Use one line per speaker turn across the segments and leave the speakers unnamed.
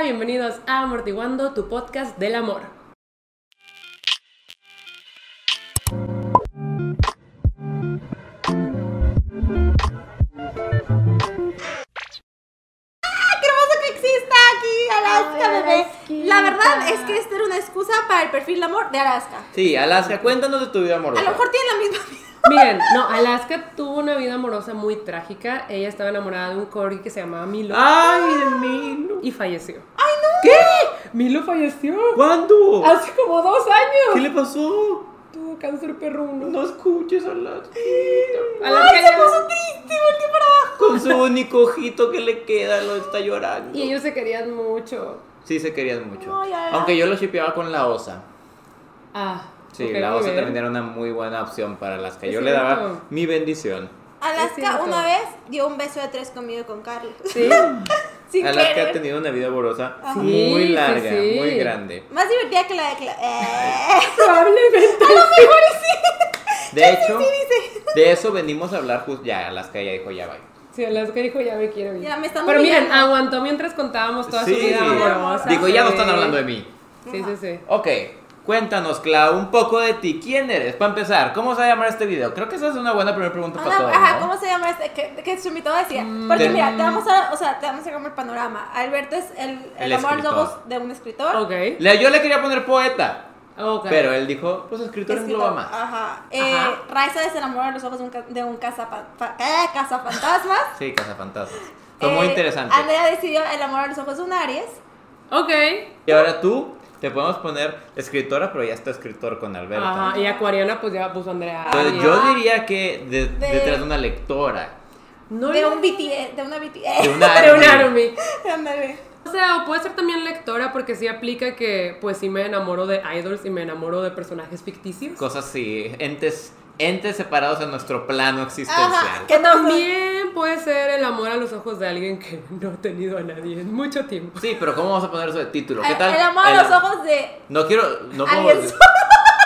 bienvenidos a Amortiguando, tu podcast del amor.
que exista aquí Alaska,
Ay,
bebé.
Alaskita.
La verdad es que esta era una excusa para el perfil de amor de Alaska.
Sí, Alaska, cuéntanos de tu vida amorosa.
A lo mejor tiene la misma vida.
Miren, no, Alaska tuvo una vida amorosa muy trágica. Ella estaba enamorada de un corgi que se llamaba Milo
¡Ay, de Milo!
y falleció.
¿Qué?
Milo falleció
¿Cuándo?
hace como dos
¿Qué
años.
le pasó?
Tuvo cáncer perruno.
No escuches Alaska.
Alaska
Ay, se
ya-
puso triste, volteé para abajo.
Con su único ojito que le queda, lo está llorando.
Y ellos se querían mucho.
Sí, se querían mucho.
Ay, Alaska.
Aunque yo lo shipeaba con la osa.
Ah.
Sí,
ok,
la
muy
osa
bien.
también era una muy buena opción para Alaska.
Es
Yo le daba
cierto.
mi bendición.
Alaska
cierto.
una vez dio un beso de tres conmigo y con Carlos.
Sí.
Sin
Alaska
querer.
ha tenido una vida amorosa
Sí,
muy
Ah. sí,
larga,
sí.
muy grande.
Más divertida que la de Cla- Eh.
Probablemente.
De hecho, de eso venimos a hablar justo ya. Alaska ya dijo, ya va.
Sí, Alaska dijo, ya me quiero ir.
Ya me están
Pero miren,
humillando.
aguantó mientras contábamos toda su
Sí,
vida amorosa.
dijo, ya no están
Sí.
hablando de mí.
Sí, sí, sí.
Ok, cuéntanos, Clau, un poco de ti. ¿Quién eres? Para empezar, ¿cómo se va a llamar este video? Creo que esa es una buena primera pregunta para
Ajá,
todos.
ajá,
¿no?
¿cómo se llama este? Que, que su invitado decía. Porque
Del-
mira, te vamos a, o sea, te vamos a sacar el panorama. Alberto es el, el,
El
amor
escritor.
lobos de un escritor.
Ok.
Le- Yo le quería poner poeta,
Ok.
pero él dijo, pues escritor engloba
Escritor,
más.
Ajá. Eh,
Ajá.
Raiza es el amor de los ojos de un, ca- de un cazafa- fa- eh, cazafantasmas.
Sí, Cazafantasmas. Fue muy
Eh,
interesante.
Andrea decidió el amor a los ojos de un Aries.
Ok.
Y ahora tú, te podemos poner escritora, pero ya está escritor con Alberto.
Ajá. Y acuariana, pues ya puso Andrea.
Entonces,
Arias.
yo diría que de-
De-
detrás de una lectora,
No
de
le-
un BTS. De una
de
BTS.
una
de un
army.
army.
Ándale.
O sea, o puede ser también lectora porque sí aplica que pues sí me enamoro de idols y me enamoro de personajes ficticios.
Cosas así, entes, entes separados en nuestro plano existencial.
Ajá.
Que
¿Qué no soy?
también puede ser el amor a los ojos de alguien que no ha tenido a nadie en mucho tiempo.
Sí, pero ¿cómo vamos a poner eso de título? ¿Qué
El,
tal?
el amor a los ojos de.
No quiero. No puedo-
Alguien solo.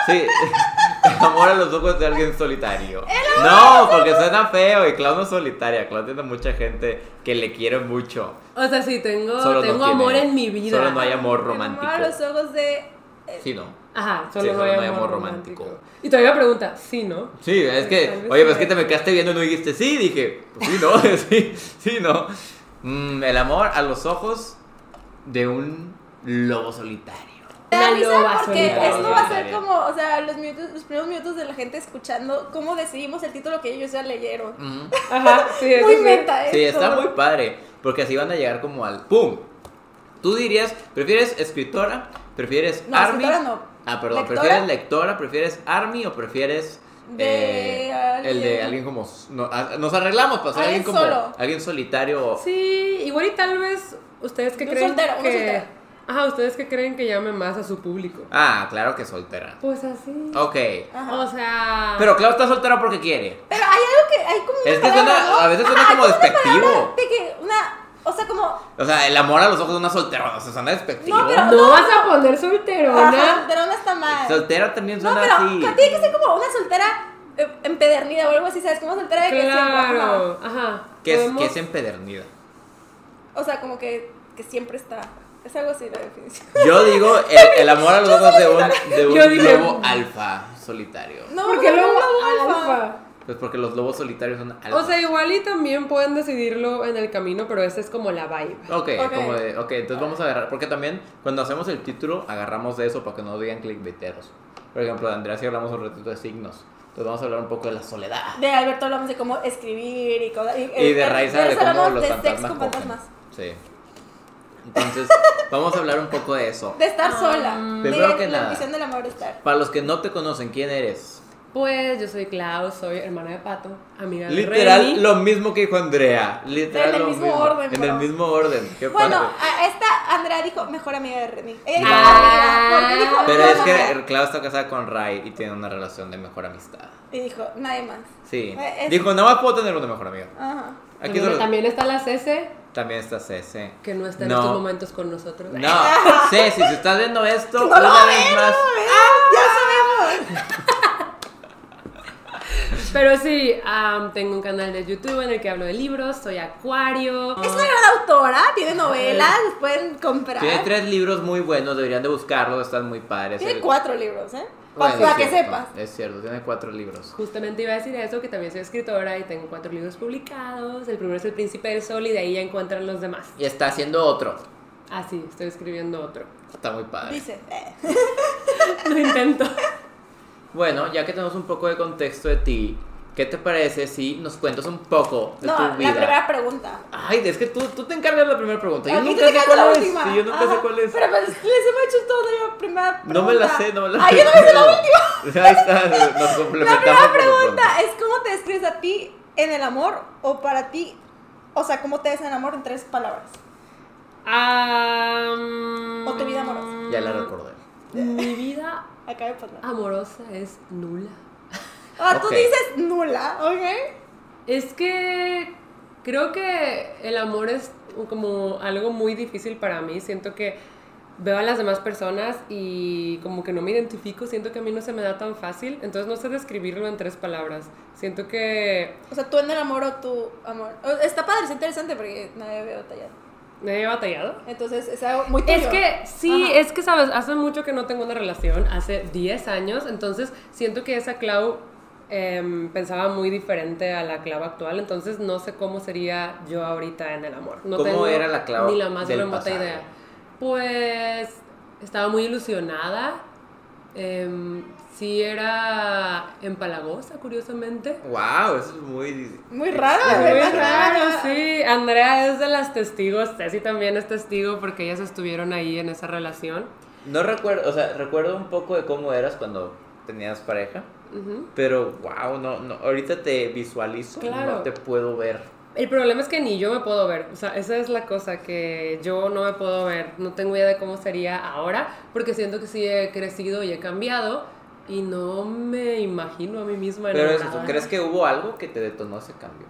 Sí, el amor a los ojos de alguien solitario. No, porque suena feo y Clau no es solitaria. Clau tiene mucha gente que le quiere mucho.
O sea, sí, tengo,
Solo no
tengo
tiene-
amor en mi vida.
Solo no hay amor
El amor a los
romántico.
ojos de.
Sí, no.
Ajá, solo,
Sí,
no, hay amor, romántico.
romántico.
Y todavía pregunta, sí, ¿no?
Sí, es que,
Tal vez
oye,
sí
pues es que
hay.
te me quedaste viendo y no dijiste sí, dije, pues sí, no, sí, sí, no. Mm, el amor a los ojos de un lobo solitario.
Me da
Una loba
risa porque
solitaria.
esto va a ser
Solitaria.
como, o sea, los, minutos, los primeros minutos de la gente escuchando cómo decidimos el título que ellos ya leyeron.
Ujú.
Ajá, sí, eso
Muy
sí.
meta, ¿eh?
Sí, está muy padre, porque así van a llegar como al ¡pum! Tú dirías, ¿prefieres escritora? ¿Prefieres
No,
Army?
escritora no.
Ah, perdón,
¿Lectora?
¿prefieres lectora? ¿Prefieres Army o prefieres eh,
De
el de
alguien.
alguien como... no, ah, nos arreglamos para ser
Alguien
alguien como...
solo.
Alguien solitario o...
Sí, igual y tal vez ustedes que
Un
creen
soltero, una
que...
soltera.
Ajá, ustedes que creen que llame más a su público.
Ah, claro que soltera.
Pues así.
Ok.
Ajá.
O sea...
Pero Clau está soltera porque quiere.
Pero hay algo que. Hay como una
Es que
palabra,
suena-
¿no?
a veces suena
Ajá,
como
es una
despectivo.
palabra de que una. O sea, como.
O sea, el amor a los ojos de una soltera, o sea, suena despectivo.
No, pero-
No vas a poner solterona.
Solterona está mal.
Soltera también
No,
suena
pero
así.
que tiene que ser como una soltera eh, empedernida o algo así, ¿sabes? Como una soltera de que siempre. ajá.
Claro. Ajá.
Que es,
Podemos-
que es empedernida.
O sea, como que, que siempre está. Es algo así la definición.
Yo digo el, el amor a los ojos de un, de un
Yo dije-
lobo alfa solitario.
"Mm". No,
¿Por qué
no,
luego
no, no,
alfa?
Pues porque los lobos solitarios son alfa.
O sea, igual y también pueden decidirlo en el camino, pero esa es como la vibe.
Ok,
Ok.
como de, ok, entonces vamos a agarrar, porque también cuando hacemos el título agarramos de eso para que no digan clickbaiteros. Por ejemplo, de Andrea sí hablamos un ratito de signos, entonces vamos a hablar un poco de la soledad.
De Alberto hablamos de cómo escribir y cosas. Y,
Y de
eh,
Raiza de
Raiza
cómo
hablamos
los
de
fantasmas
sexo con
cogen.
fantasmas.
Sí. Entonces, vamos a hablar un poco de eso.
De estar
Ah.
sola.
Primero
de
que
la
nada.
visión del amor de estar.
Para los que no te conocen, ¿quién eres?
Pues yo soy Clau, soy hermana de Pato, amiga de
Literal
Reni.
lo mismo que dijo Andrea. Literal
En el
lo
mismo
mismo.
orden,
En
bro.
el mismo orden. Qué
Bueno,
padre.
a esta Andrea dijo mejor amiga de Reni. Ella dijo
Ah.
amiga, porque dijo
Pero
mejor
es
amiga.
que er- Clau está casada con Ray y tiene una relación de mejor amistad.
Y dijo, nadie más.
Sí.
Eh, es-
Dijo, nada más puedo tener una mejor amiga.
Ajá.
Aquí
Pero
solo-
También está la Cese,
También está Ceci.
que no está en
No.
estos momentos con nosotros.
No, Ceci, si estás viendo esto,
No lo
Ah,
una
va a
vez
ver,
más.
no lo va a ver.
Pero sí, am, tengo un canal de YouTube en el que hablo de libros, soy acuario.
Es una gran autora, tiene novelas, las pueden comprar.
Tiene
Tiene,
tres libros muy buenos, deberían de buscarlos, están muy padres. El-
cuatro libros, ¿eh? Pa-
Bueno,
Para,
es
que
cierto,
sepas.
Es cierto, tiene cuatro libros.
Justamente iba a decir eso, que también soy escritora y tengo cuatro libros publicados. El primero es El Príncipe del Sol y de ahí ya encuentran los demás.
Y está haciendo otro.
Ah, sí, estoy escribiendo otro.
Está muy padre.
Dice, eh,
Lo intento.
Bueno, ya que tenemos un poco de contexto de ti, ¿qué te parece si nos cuentas un poco de
no,
tu
la
vida?
primera pregunta.
Ay, es que tú, tú te encargas de la primera pregunta. Yo
Aquí
nunca
te
sé
queda
cuál
la
es.
última.
Sí, yo nunca sé
Ajá.
cuál es.
Pero pues, les hemos hecho toda la primera pregunta.
No me la sé, no me la sé.
Ay, yo no me sé la última.
última. Ahí está, nos
La
complementamos.
primera
por lo pronto.
pregunta es cómo te describes a ti en el amor o para ti, o sea, cómo te ves en el amor en tres palabras.
Am,
O tu vida amorosa.
Ya la recordé.
Mi vida
Acá pues, de poner.
amorosa es nula.
Ah, tú
ok.
dices nula, ¿ok?
Es que creo que el amor es como algo muy difícil para mí. Siento que veo a las demás personas y como que no me identifico, siento que a mí no se me da tan fácil. Entonces no sé describirlo en tres palabras. Siento que
O sea, tú en el amor o tu amor. O- Está padre, es interesante porque nadie había batallado.
me he batallado.
Entonces es algo muy tuyo.
Es que sí,
Ajá.
es que sabes, hace mucho que no tengo una relación, hace 10 años, entonces siento que esa Clau em, pensaba muy diferente a la Clau actual, entonces no sé cómo sería yo ahorita en el amor. No
¿Cómo
tengo
era la Clau
Ni la más
del
remota
pasado?
idea. Pues estaba muy ilusionada, em, sí era empalagosa, curiosamente.
Wow, eso es muy.
Muy raro,
extraño.
¿verdad?
Muy raro,
Rara.
sí. Andrea es de las testigos, Ceci también es testigo porque ellas estuvieron ahí en esa relación.
No recuerdo, o sea, recuerdo un poco de cómo eras cuando tenías pareja.
Ujú.
Pero wow, no, no, ahorita te visualizo,
Claro.
no te puedo ver.
El problema es que ni yo me puedo ver, o sea, esa es la cosa, que yo no me puedo ver, no tengo idea de cómo sería ahora, porque siento que sí he crecido y he cambiado y no me imagino a mí misma.
Pero es-
enamorada.
¿crees que hubo algo que te detonó ese cambio?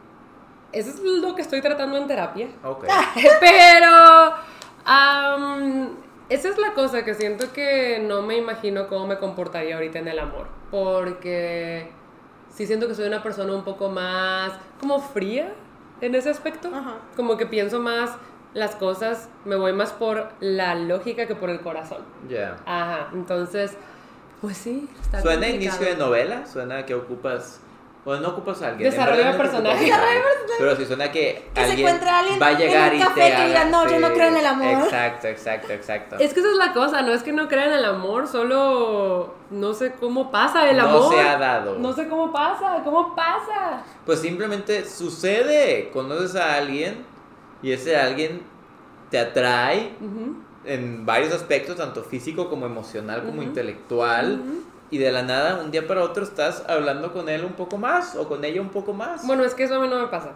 Eso es lo que estoy tratando en terapia.
Ok.
Pero am, esa es la cosa que siento que no me imagino cómo me comportaría ahorita en el amor. Porque sí siento que soy una persona un poco más como fría en ese aspecto.
Ajá.
Como que pienso más las cosas, me voy más por la lógica que por el corazón.
Ya.
Ajá, entonces, pues sí, está
Suena a
complicado.
inicio de novela, suena que ocupas. Bueno, no ocupas a alguien. en
Desarrollo
verdad no
de
ocupas a
personaje.
alguien, Pero si suena que,
Que se encuentra alguien
va a
en
llegar
un
y
café
te
que diga,
haga-
"No, yo no
sí,
creo en el amor".
Exacto, exacto, exacto.
Es que esa es la cosa, no es que no crea en el amor, solo no sé cómo pasa el
No
amor.
se ha dado.
No sé cómo pasa, cómo pasa.
Pues simplemente sucede. Conoces a alguien y ese alguien te atrae
Ujú.
en varios aspectos, tanto físico como emocional, como
Ujú.
intelectual. Y de la nada, un día para otro, estás hablando con él un poco más o con ella un poco más.
Bueno, es que eso a mí no me pasa.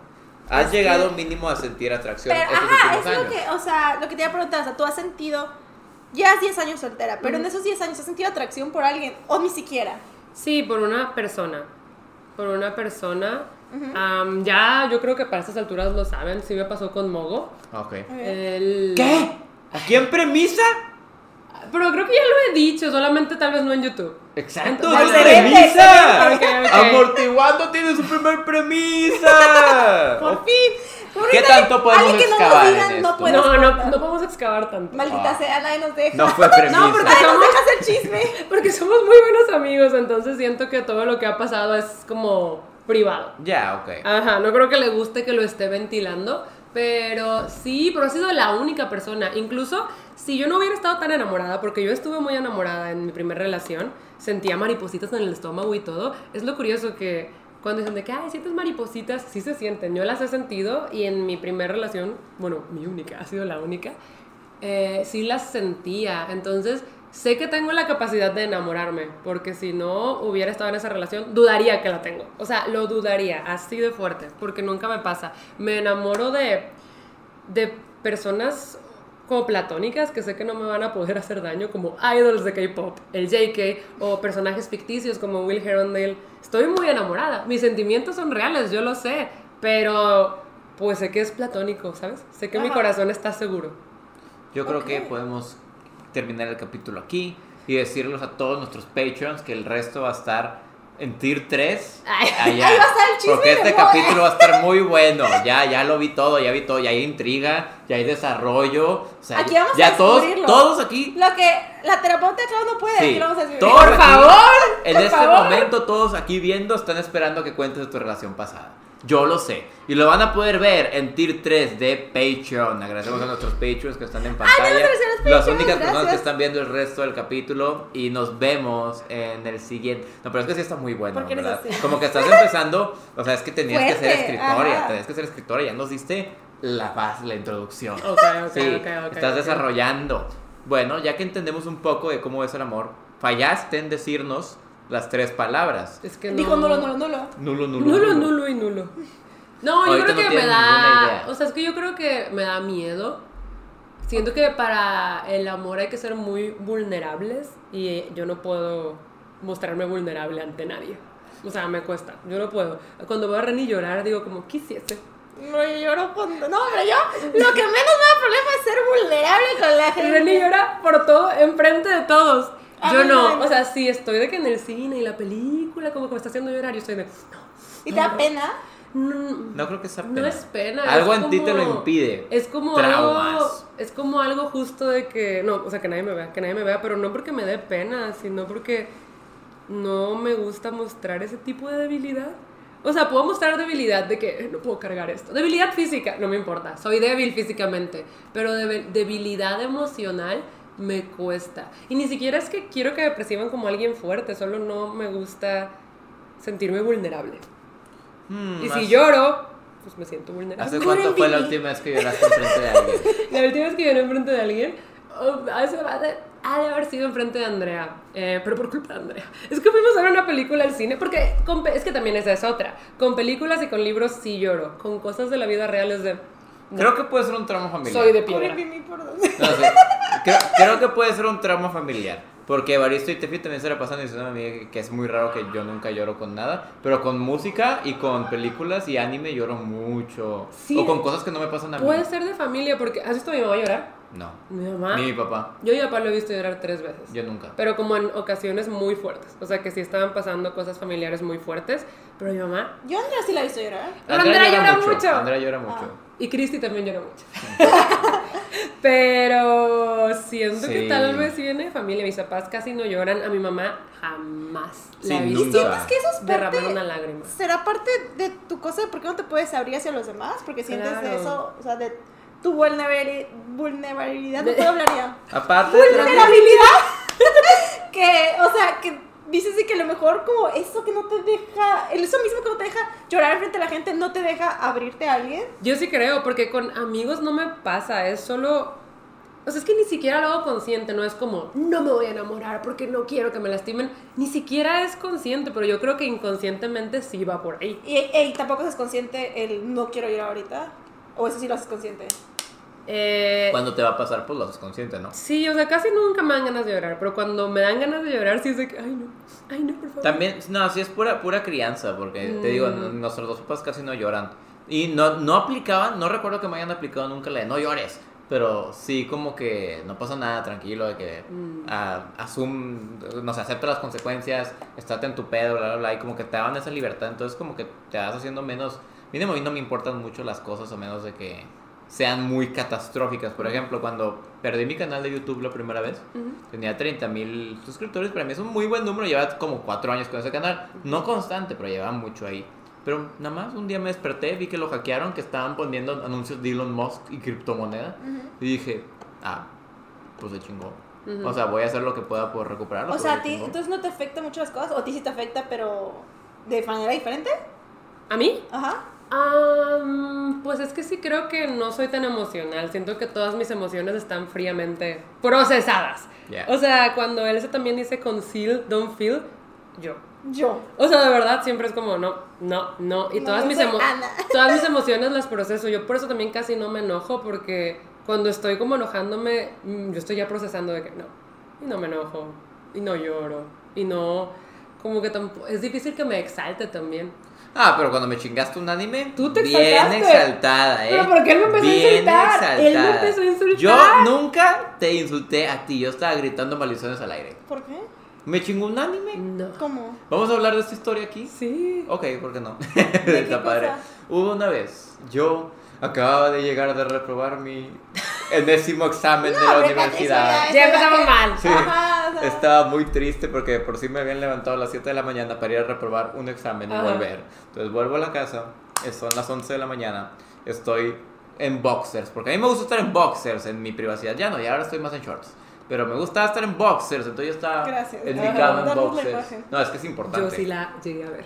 Has llegado mínimo a sentir atracción
Pero,
estos
ajá, es
últimos
lo
años.
que, o sea, lo que te iba a preguntar, o sea, tú has sentido, llevas 10 años soltera, pero en
Ujú.
esos 10 años has sentido atracción por alguien, o ni siquiera.
Sí, por una persona. Por una persona.
Ujú.
Am, ya, yo creo que para estas alturas lo saben. Sí me pasó con Mogo.
Ok.
Él-
¿Qué? ¿Aquí en premisa?
Pero creo que ya lo he dicho, solamente tal vez no en YouTube.
Exacto,
Entonces-
en
Excelente,
premisa.
excelente. Ok, ok.
Amortiguando tiene su primer premisa.
Por
Ok.
fin. Por
¿Qué
fin,
tanto
alguien-
podemos
alguien que
excavar
no nos digan,
en
no
esto?
puedes
No, no,
contar.
no podemos excavar tanto.
Maldita
Ah.
sea, nadie nos deja.
No fue premisa.
No, porque
Nadie nos
somos,
deja hacer chisme.
porque somos muy buenos amigos, entonces siento que todo lo que ha pasado es como privado.
Ya, ok.
Ajá, no creo que le guste que lo esté ventilando, pero sí, pero ha sido la única persona. Incluso si yo no hubiera estado tan enamorada, porque yo estuve muy enamorada en mi primera relación, sentía maripositas en el estómago y todo. Es lo curioso que cuando dicen de que, ay, sientes maripositas, sí se sienten. Yo las he sentido y en mi primera relación, bueno, mi única, ha sido la única, eh, sí las sentía. Entonces, sé que tengo la capacidad de enamorarme, porque si no hubiera estado en esa relación, dudaría que la tengo. O sea, lo dudaría, así de fuerte, porque nunca me pasa. Me enamoro de, de personas como platónicas que sé que no me van a poder hacer daño, como idols de K-pop, el JK, o personajes ficticios como Will Herondale. Estoy muy enamorada. Mis sentimientos son reales, yo lo sé, pero pues sé que es platónico, ¿sabes? Sé que mi
Ajá.
corazón está seguro.
Yo creo que
Ok.
podemos terminar el capítulo aquí y decirles a todos nuestros Patreons que el resto va a estar en Tier 3.
Ay,
allá.
ahí va a estar el chisme
Porque
de
este
moda.
capítulo va a estar muy bueno. Ya, ya lo vi todo, ya vi todo. Ya hay intriga, ya hay desarrollo. O sea,
Aquí vamos
ya
a
todos,
descubrirlo.
todos aquí.
Lo que la terapeuta Clau no puede, aquí
Sí,
lo vamos a decir.
todos
Por
aquí,
favor,
En
por
este
favor.
momento, todos aquí viendo están esperando que cuentes de tu relación pasada. Yo lo sé. Y lo van a poder ver en Tier 3 de Patreon. Agradecemos a nuestros Patreons que están en pantalla.
agradecer a los
Las
Patreons,
únicas personas que
gracias.
están viendo el resto del capítulo. Y nos vemos en el siguiente. No, pero es que sí está muy bueno,
¿Por qué eres
¿verdad?
así?
Como que estás empezando. O sea, es que tenías que ser
Fuerte,
escritora.
ajá.
Tenías que ser escritora. Ya nos diste la paz, la introducción.
Ok, ok,
Sí,
ok, ok.
estás
ok.
desarrollando. Bueno, ya que entendemos un poco de cómo es el amor, fallaste en decirnos las tres palabras.
Es que no.
Dijo nulo, nulo, nulo.
Nulo, nulo,
Nulo, nulo y nulo. No, yo
Ahorita
creo
no
que me
tienes ninguna
da.
idea.
O sea, es que yo creo que me da miedo. Siento que para el amor hay que ser muy vulnerables y eh, yo no puedo mostrarme vulnerable ante nadie. O sea, me cuesta. Yo no puedo. Cuando veo a Reni llorar, digo como quisiese.
No, yo lloro con... No, pero yo lo que menos me da problema es ser vulnerable con la gente.
Reni llora por todo, enfrente de todos.
A
Yo
mí
no.
no.
O sea, sí, estoy de que en el cine y la película, como que me está haciendo llorar, yo estoy de.
¿Y te da pena?
No, no,
No creo que sea pena.
No es pena.
Algo
es
en ti te lo
como-
impide.
Es como
Traumas.
algo. Es como algo justo de que. No, o sea, que nadie me vea, que nadie me vea, pero no porque me dé pena, sino porque no me gusta mostrar ese tipo de debilidad. O sea, puedo mostrar debilidad de que eh, no puedo cargar esto. Debilidad física, no me importa. Soy débil físicamente. Pero debe- debilidad emocional me cuesta. Y ni siquiera es que quiero que me perciban como alguien fuerte, solo no me gusta sentirme vulnerable.
Hmm,
Y
hace-
si lloro, pues me siento vulnerable.
¿Hace cuánto fue la última vez que lloraste enfrente de alguien?
La última vez que lloré enfrente de alguien, oh, hace- ha de, ha de haber sido enfrente de Andrea, eh, pero por culpa de Andrea. Es que fuimos a ver una película al cine, porque con pe- es que también esa es otra. Con películas y con libros sí lloro, con cosas de la vida real es de... no,
Creo que puede ser un trauma familiar.
soy de
Pobre
piedra.
Mimi, por dos. Yo
No sé. Creo, creo que puede ser un trauma familiar. Porque Evaristo y Tefi también se la pasan diciendo a mi amiga que- que es muy raro que yo nunca lloro con nada. Pero con música y con películas y anime lloro mucho.
Sí.
O con cosas que no me pasan a mí.
Puede ser de familia, porque ¿has visto a mi mamá llorar?
No.
Mi mamá.
Ni mi papá.
Yo y mi papá lo he visto llorar tres veces.
Yo nunca.
Pero como en ocasiones muy fuertes. O sea, que sí estaban pasando cosas familiares muy fuertes. Pero mi mamá.
a Andrea sí la he visto llorar.
Ah.
Pero Andrea, llora mucho.
Andrea llora mucho.
Y Cristi también llora mucho. Pero siento que
Sí.
tal vez si viene de familia. Mis papás casi no lloran. A mi mamá jamás
Sí,
la he
nunca.
visto
¿Sientes que eso es parte...
derramar una lágrima.
¿Será parte de tu cosa de por qué no te puedes abrir hacia los demás? Porque sientes de
Claro.
eso, o sea, de tu vulnerabili- vulnerabilidad, no puedo hablar ya.
Ah.
Aparte,
Vulnerabilidad. que, o sea, que dices de que a lo mejor como eso que no te deja, el eso mismo que no te deja llorar frente a la gente, no te deja abrirte a alguien.
Yo sí creo, porque con amigos no me pasa, es solo... O sea, es que ni siquiera lo hago consciente, no es como, no me voy a enamorar porque no quiero que me lastimen. Ni siquiera es consciente, pero yo creo que inconscientemente sí va por ahí.
Y, y tampoco es consciente el no quiero llorar ahorita. O eso sí lo haces consciente.
Eh,
cuando te va a pasar, pues lo haces consciente, ¿no?
sí, o sea, casi nunca me dan ganas de llorar, pero cuando me dan ganas de llorar sí es de que, ay no, ay no, por favor.
También, no, sí es pura, pura crianza, porque te digo, n- nuestros dos papás casi no lloran. Y no, no aplicaban, no recuerdo que me hayan aplicado nunca la de no llores, pero sí como que no pasa nada, tranquilo, de que
Mm.
ah, asum, no sé, acepta las consecuencias, estate en tu pedo, bla, bla, bla, y como que te daban esa libertad, entonces como que te vas haciendo menos, mínimo a mí no me importan mucho las cosas, a menos de que sean muy catastróficas. Por ejemplo, cuando perdí mi canal de YouTube la primera vez,
Ujú.
Tenía 30 mil suscriptores, para mí es un muy buen número, llevaba como 4 años con ese canal, no constante, pero llevaba mucho ahí. Pero nada más un día me desperté, vi que lo hackearon, que estaban poniendo anuncios de Elon Musk y criptomoneda, y dije, ah, pues se chingó.
Ujú.
O sea, voy a hacer lo que pueda por recuperarlo.
O
pero
sea, a
se
ti,
chingó.
entonces no te afecta mucho las cosas, o a ti sí te afecta, pero de manera diferente.
¿A mí?
Ajá.
Am, pues es que sí creo que no soy tan emocional. Siento que todas mis emociones están fríamente procesadas.
Yeah.
O sea, cuando Elsa también dice conceal, don't feel, yo.
Yo.
O sea, de verdad siempre es como no, no, no. Y
No,
todas,
yo
mis
soy
emo-
Ana.
todas mis emociones las proceso. Yo por eso también casi no me enojo porque cuando estoy como enojándome, mm, yo estoy ya procesando de que no. Y no me enojo. Y no lloro. Y no... Como que tampo- es difícil que me exalte también.
Ah, pero cuando me chingaste un anime,
Tú te
bien
exaltaste.
exaltada, ¿eh?
Pero ¿por qué él me empezó a
Bien
insultar? Él me empezó a insultar.
Yo nunca te insulté a ti, yo estaba gritando maldiciones al aire.
¿Por qué?
¿Me chingó un anime?
No.
¿Cómo?
¿Vamos a hablar de esta historia aquí?
Sí.
Ok, ¿por qué no?
qué
Está padre.
cosa?
Hubo una vez, yo acababa de llegar de reprobar mi enésimo examen de la
hombre,
universidad.
Patricia,
Ah, Ya empezamos mal.
Sí.
Ajá, o sea.
Estaba muy triste porque por si me habían levantado a las 7 de la mañana para ir a reprobar un examen y
Ajá.
volver. Entonces vuelvo a la casa, eh, son las 11 de la mañana, estoy en boxers, porque a mí me gusta estar en boxers en mi privacidad, ya no, ya ahora estoy más en shorts. Pero me gustaba estar en boxers, entonces yo estaba
Gracias.
en mi
Ajá.
cama en
Darnos la
boxers.
imagen.
No, es que es
Yo
importante.
sí la llegué a ver.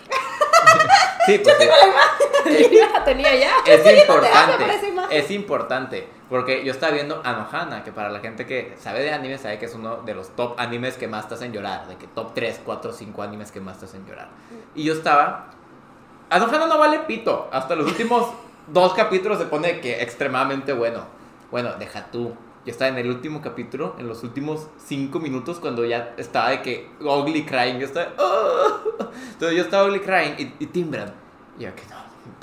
Sí, pues, sí.
Yo la tenía ya.
Es
te
importante.
hagas esa imagen.
Es importante. Porque yo estaba viendo Anohana, que para la gente que sabe de anime, sabe que es uno de los top animes que más te hacen llorar. De que top 3, 4, 5 animes que más te hacen llorar.
Mm.
Y yo estaba. Anohana no vale pito. Hasta los últimos dos capítulos se pone que extremadamente bueno. Bueno, deja tú. Yo estaba en el último capítulo, en los últimos 5 minutos, cuando ya estaba de que ugly crying. Yo estaba. "Ah". Entonces yo estaba ugly crying y, y timbran. Y yo que no,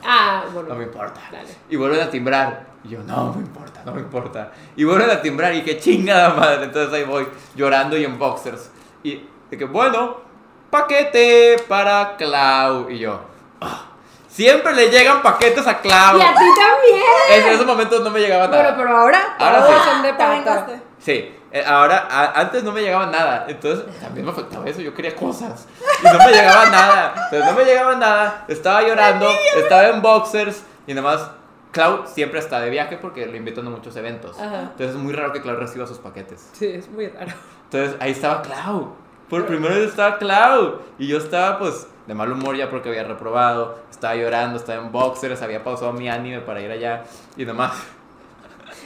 Ah, bueno.
no me importa.
Dale.
Y vuelven a timbrar. Y yo, no, no me importa, no me importa. Y vuelven a timbrar y que chingada madre. Entonces ahí voy llorando y en boxers. Y de que, bueno, paquete para Clau. Y yo, "Ah". siempre le llegan paquetes a Clau.
Y a ti también.
En esos momentos no me llegaba nada.
Bueno, pero ahora,
Ahora
todos
sí.
son este. de
Te vengaste.
pata.
Sí, eh, ahora a- antes no me llegaba nada, entonces también me afectaba eso, yo quería cosas y no me llegaba nada, entonces no me llegaba nada, estaba llorando, estaba en boxers y nada más Clau siempre está de viaje porque lo invitan a muchos eventos,
Ajá.
entonces es muy raro que Clau reciba sus paquetes,
Sí, es muy raro.
entonces ahí estaba Clau, por primera vez estaba Clau y yo estaba pues de mal humor ya porque había reprobado, estaba llorando, estaba en boxers, había pausado mi anime para ir allá y nada más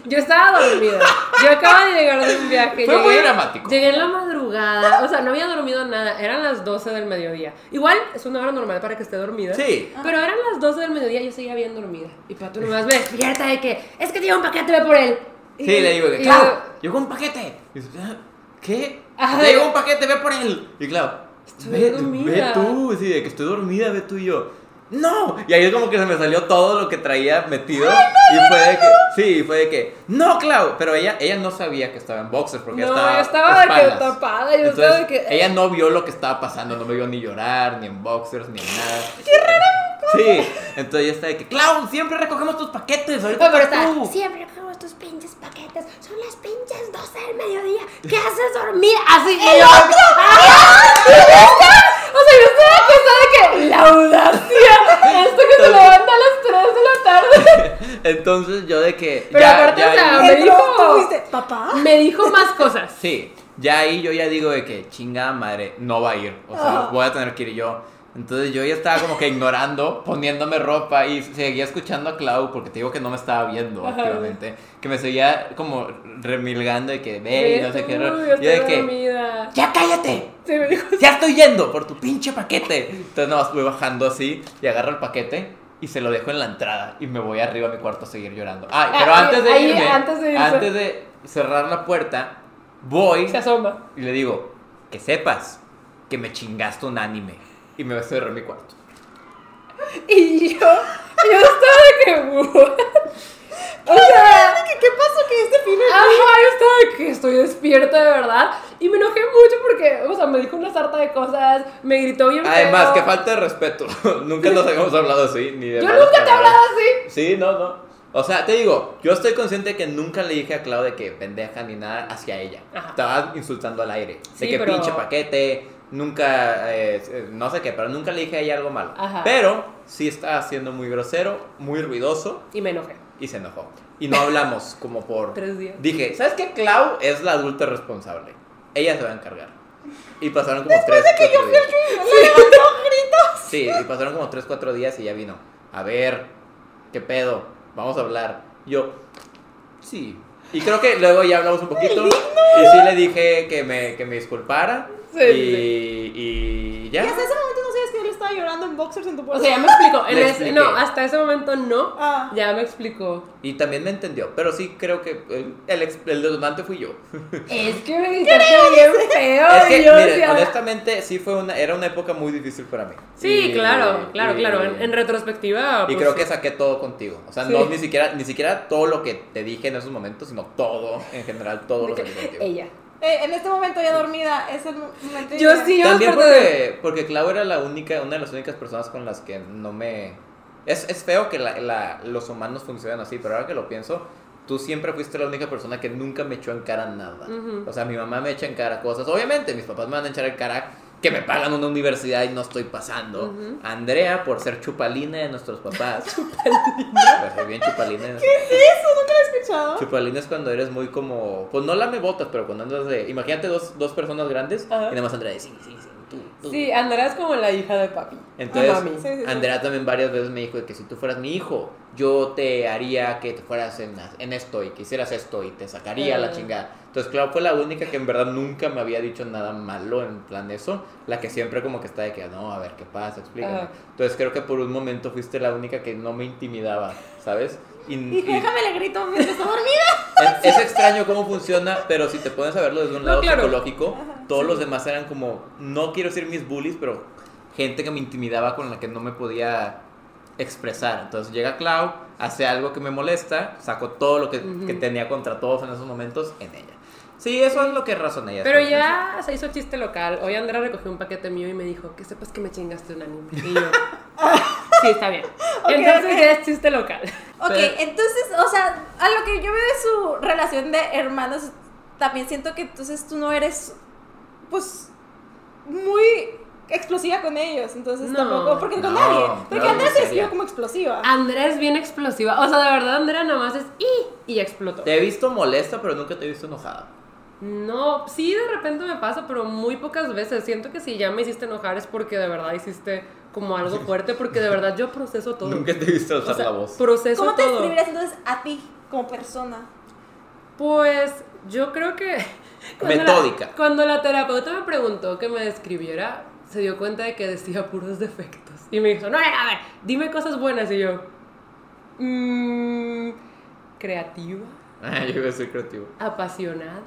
Yo estaba dormida. Yo acababa de llegar de un viaje.
Fue muy dramático.
Llegué en la madrugada. O sea, no había dormido nada. Eran las 12 del mediodía. Igual es una hora normal para que esté dormida.
Sí.
Pero eran las 12 del mediodía y yo seguía bien dormida. Y Pato nomás me despierta de que es que tiene un paquete, ve por él. Y-
Sí, le digo,
y
que, Clau, llegó un paquete. Y dice, "Ah, ¿Qué?
Ajá.
Llegó un paquete, ve por él. Y Clau,
Estoy
ve, ve
dormida.
tú, sí, de que estoy dormida, ve tú y yo. ¡No! Y ahí es como que se me salió todo lo que traía metido. y fue de que, sí, fue de que, ¡No, Clau! Pero ella, ella no sabía que estaba en boxers porque
No,
ella estaba.
yo estaba de que
espaldas.
tapada, yo
Entonces,
estaba de que- eh.
Ella no vio lo que estaba pasando, no me vio ni llorar, ni en boxers, ni en nada. ¡Qué raro! Sí, entonces ella está de que, Clau, siempre recogemos tus paquetes. Ahorita
No, pero
estás
está-
tú".
Siempre como tus pinches paquetes. Son las pinches 12 del mediodía. ¿Qué haces dormida? Así y yo-
Ah, O sea, yo estaba pensando de que la audacia. Esto que se levanta a las 3 de la tarde.
Entonces yo de que.
Pero aparte, o sea,
ahí-
Ah, me
Entró,
dijo-
tú fuiste, papá.
Me dijo más cosas.
Sí, ya ahí yo ya digo de que chingada madre, no va a ir. O sea,
Ah.
voy a tener que ir yo. Entonces yo ya estaba como que ignorando, poniéndome ropa y seguía escuchando a Clau porque te digo que no me estaba viendo
Ajá.
activamente. Que me seguía como remilgando de que ve y no sé qué.
Uy,
ro-
yo
y de
estoy
que,
dormida.
¡ya cállate!
Sí, me dijo
¡Ya estoy yendo por tu pinche paquete! Entonces nada más voy bajando así y agarro el paquete y se lo dejo en la entrada y me voy arriba a mi cuarto a seguir llorando. Ay, pero
Ah,
antes de
ahí,
irme,
antes de irse.
antes de cerrar la puerta, voy
se asoma.
y le digo, que sepas que me chingaste un anime. Y me cerré mi cuarto.
Y yo, yo estaba de que. "What?". O sea,
¿Qué, qué pasó que este fin
Ajá, yo estaba de que estoy despierta de verdad. Y me enojé mucho porque, o sea, me dijo una sarta de cosas, me gritó bien.
Además,
feo.
que falta de respeto. nunca nos habíamos hablado así, ni de
Yo
malas
nunca te he
palabras.
hablado así.
Sí, no, no. O sea, te digo, yo estoy consciente de que nunca le dije a Clau de que pendeja ni nada hacia ella.
Ajá.
Estaba insultando al aire.
Sí,
de que
pero-
pinche paquete, nunca, eh, eh, no sé qué, pero nunca le dije a ella algo malo.
Ajá.
Pero sí estaba siendo muy grosero, muy ruidoso.
Y me enojé.
y se enojó. Y no hablamos como por
Tres días.
Dije, ¿sabes qué? Clau es la adulta responsable. Ella se va a encargar. Y pasaron como tres, cuatro días. Sí, y pasaron como tres, cuatro días y ya vino. A ver, ¿qué pedo? Vamos a hablar. Yo, sí. Y creo que luego ya hablamos un poquito. Y sí le dije que me, que me disculpara.
Sí,
y, y
Y
ya.
hasta ese momento no sabías que él estaba llorando en boxers en tu
O
puerta.
sea, ya me explicó. En
Le
ese- no,
expliqué.
hasta ese momento no.
Ah.
Ya me explicó.
Y también me entendió. Pero sí creo que el, el, ex- el detonante fui yo.
Es que me gritaste bien feo.
Es que,
y yo
miren,
decía-
honestamente, sí fue una, era una época muy difícil para mí.
Sí,
Y-
claro, claro,
y-
claro. En, en retrospectiva.
Y
pues,
creo que saqué todo contigo. O sea,
Sí.
no ni siquiera, ni siquiera todo lo que te dije en esos momentos, sino todo, en general, todo
de
lo
que-
saqué contigo.
Ella.
Eh, en este momento ya dormida, es el momento.
Yo
ideal.
sí, yo
También
desperté de-
porque, porque Clau era la única, una de las únicas personas con las que no me... Es, es feo que la- la- los humanos funcionen así, pero ahora que lo pienso, tú siempre fuiste la única persona que nunca me echó en cara nada.
Ujú.
O sea, mi mamá me echa en cara cosas. Obviamente, mis papás me van a echar en cara que me pagan una universidad y no estoy pasando.
Ujú.
Andrea, por ser chupalina de nuestros papás. chupalina. Pues soy bien chupalina. de nuestros
¿Has escuchado?
Chupalina es cuando eres muy como. Pues no la me botas, pero cuando andas de. Imagínate dos, dos personas grandes
Ajá.
y nada más Andrea de sí, sí, sí, tú, tú.
Sí, Andrea es como la hija de papi.
Entonces,
Ah, mami.
Sí, sí, sí.
Andrea también varias veces me dijo de que si tú fueras mi hijo, yo te haría que te fueras en, en esto y que hicieras esto y te sacaría
Ah.
la chingada. Entonces, claro, fue la única que en verdad nunca me había dicho nada malo en plan eso. La que siempre como que está de que, no, a ver qué pasa, explícame.
Ajá.
Entonces, creo que por un momento fuiste la única que no me intimidaba, ¿sabes? Y-
Y
y-
déjame le grito mientras está dormida.
es, es extraño cómo funciona, pero si te pones a verlo desde un
No,
lado
claro.
psicológico, todos los demás eran como, no quiero decir mis bullies, pero gente que me intimidaba con la que no me podía expresar. Entonces llega Clau, hace algo que me molesta, saco todo lo que,
Ujú.
que tenía contra todos en esos momentos en ella. Sí, eso es lo que razona ella.
Pero ya se hizo chiste local. Hoy Andrea recogió un paquete mío y me dijo, que sepas que me chingaste un anime. Y yo, sí, está bien.
Ok,
Entonces
ok.
ya es chiste local.
Ok,
Pero-
entonces, o sea, a lo que yo veo de su relación de hermanos, también siento que entonces tú no eres, pues, muy explosiva con ellos. Entonces
No.
tampoco, porque con
No,
nadie. Porque
no,
Andrés se
no sería.
describió como explosiva.
Andrea es bien explosiva. O sea, de verdad, Andrea nada más es y, y explotó.
Te he visto molesta, pero nunca te he visto enojada.
No, sí, de repente me pasa, pero muy pocas veces. Siento que si ya me hiciste enojar es porque de verdad hiciste como algo fuerte, porque de verdad yo proceso todo.
Nunca te he visto
O
usar
sea,
la voz.
Proceso
¿Cómo te
todo.
describirías entonces a ti como persona?
Pues yo creo que... cuando la-
Metódica.
cuando la terapeuta me preguntó que me describiera, se dio cuenta de que decía puros defectos. Y me dijo, no, no, no, a ver, dime cosas buenas. Y yo, "Mm, creativa,
Ah, Yo iba a ser creativo.
apasionada.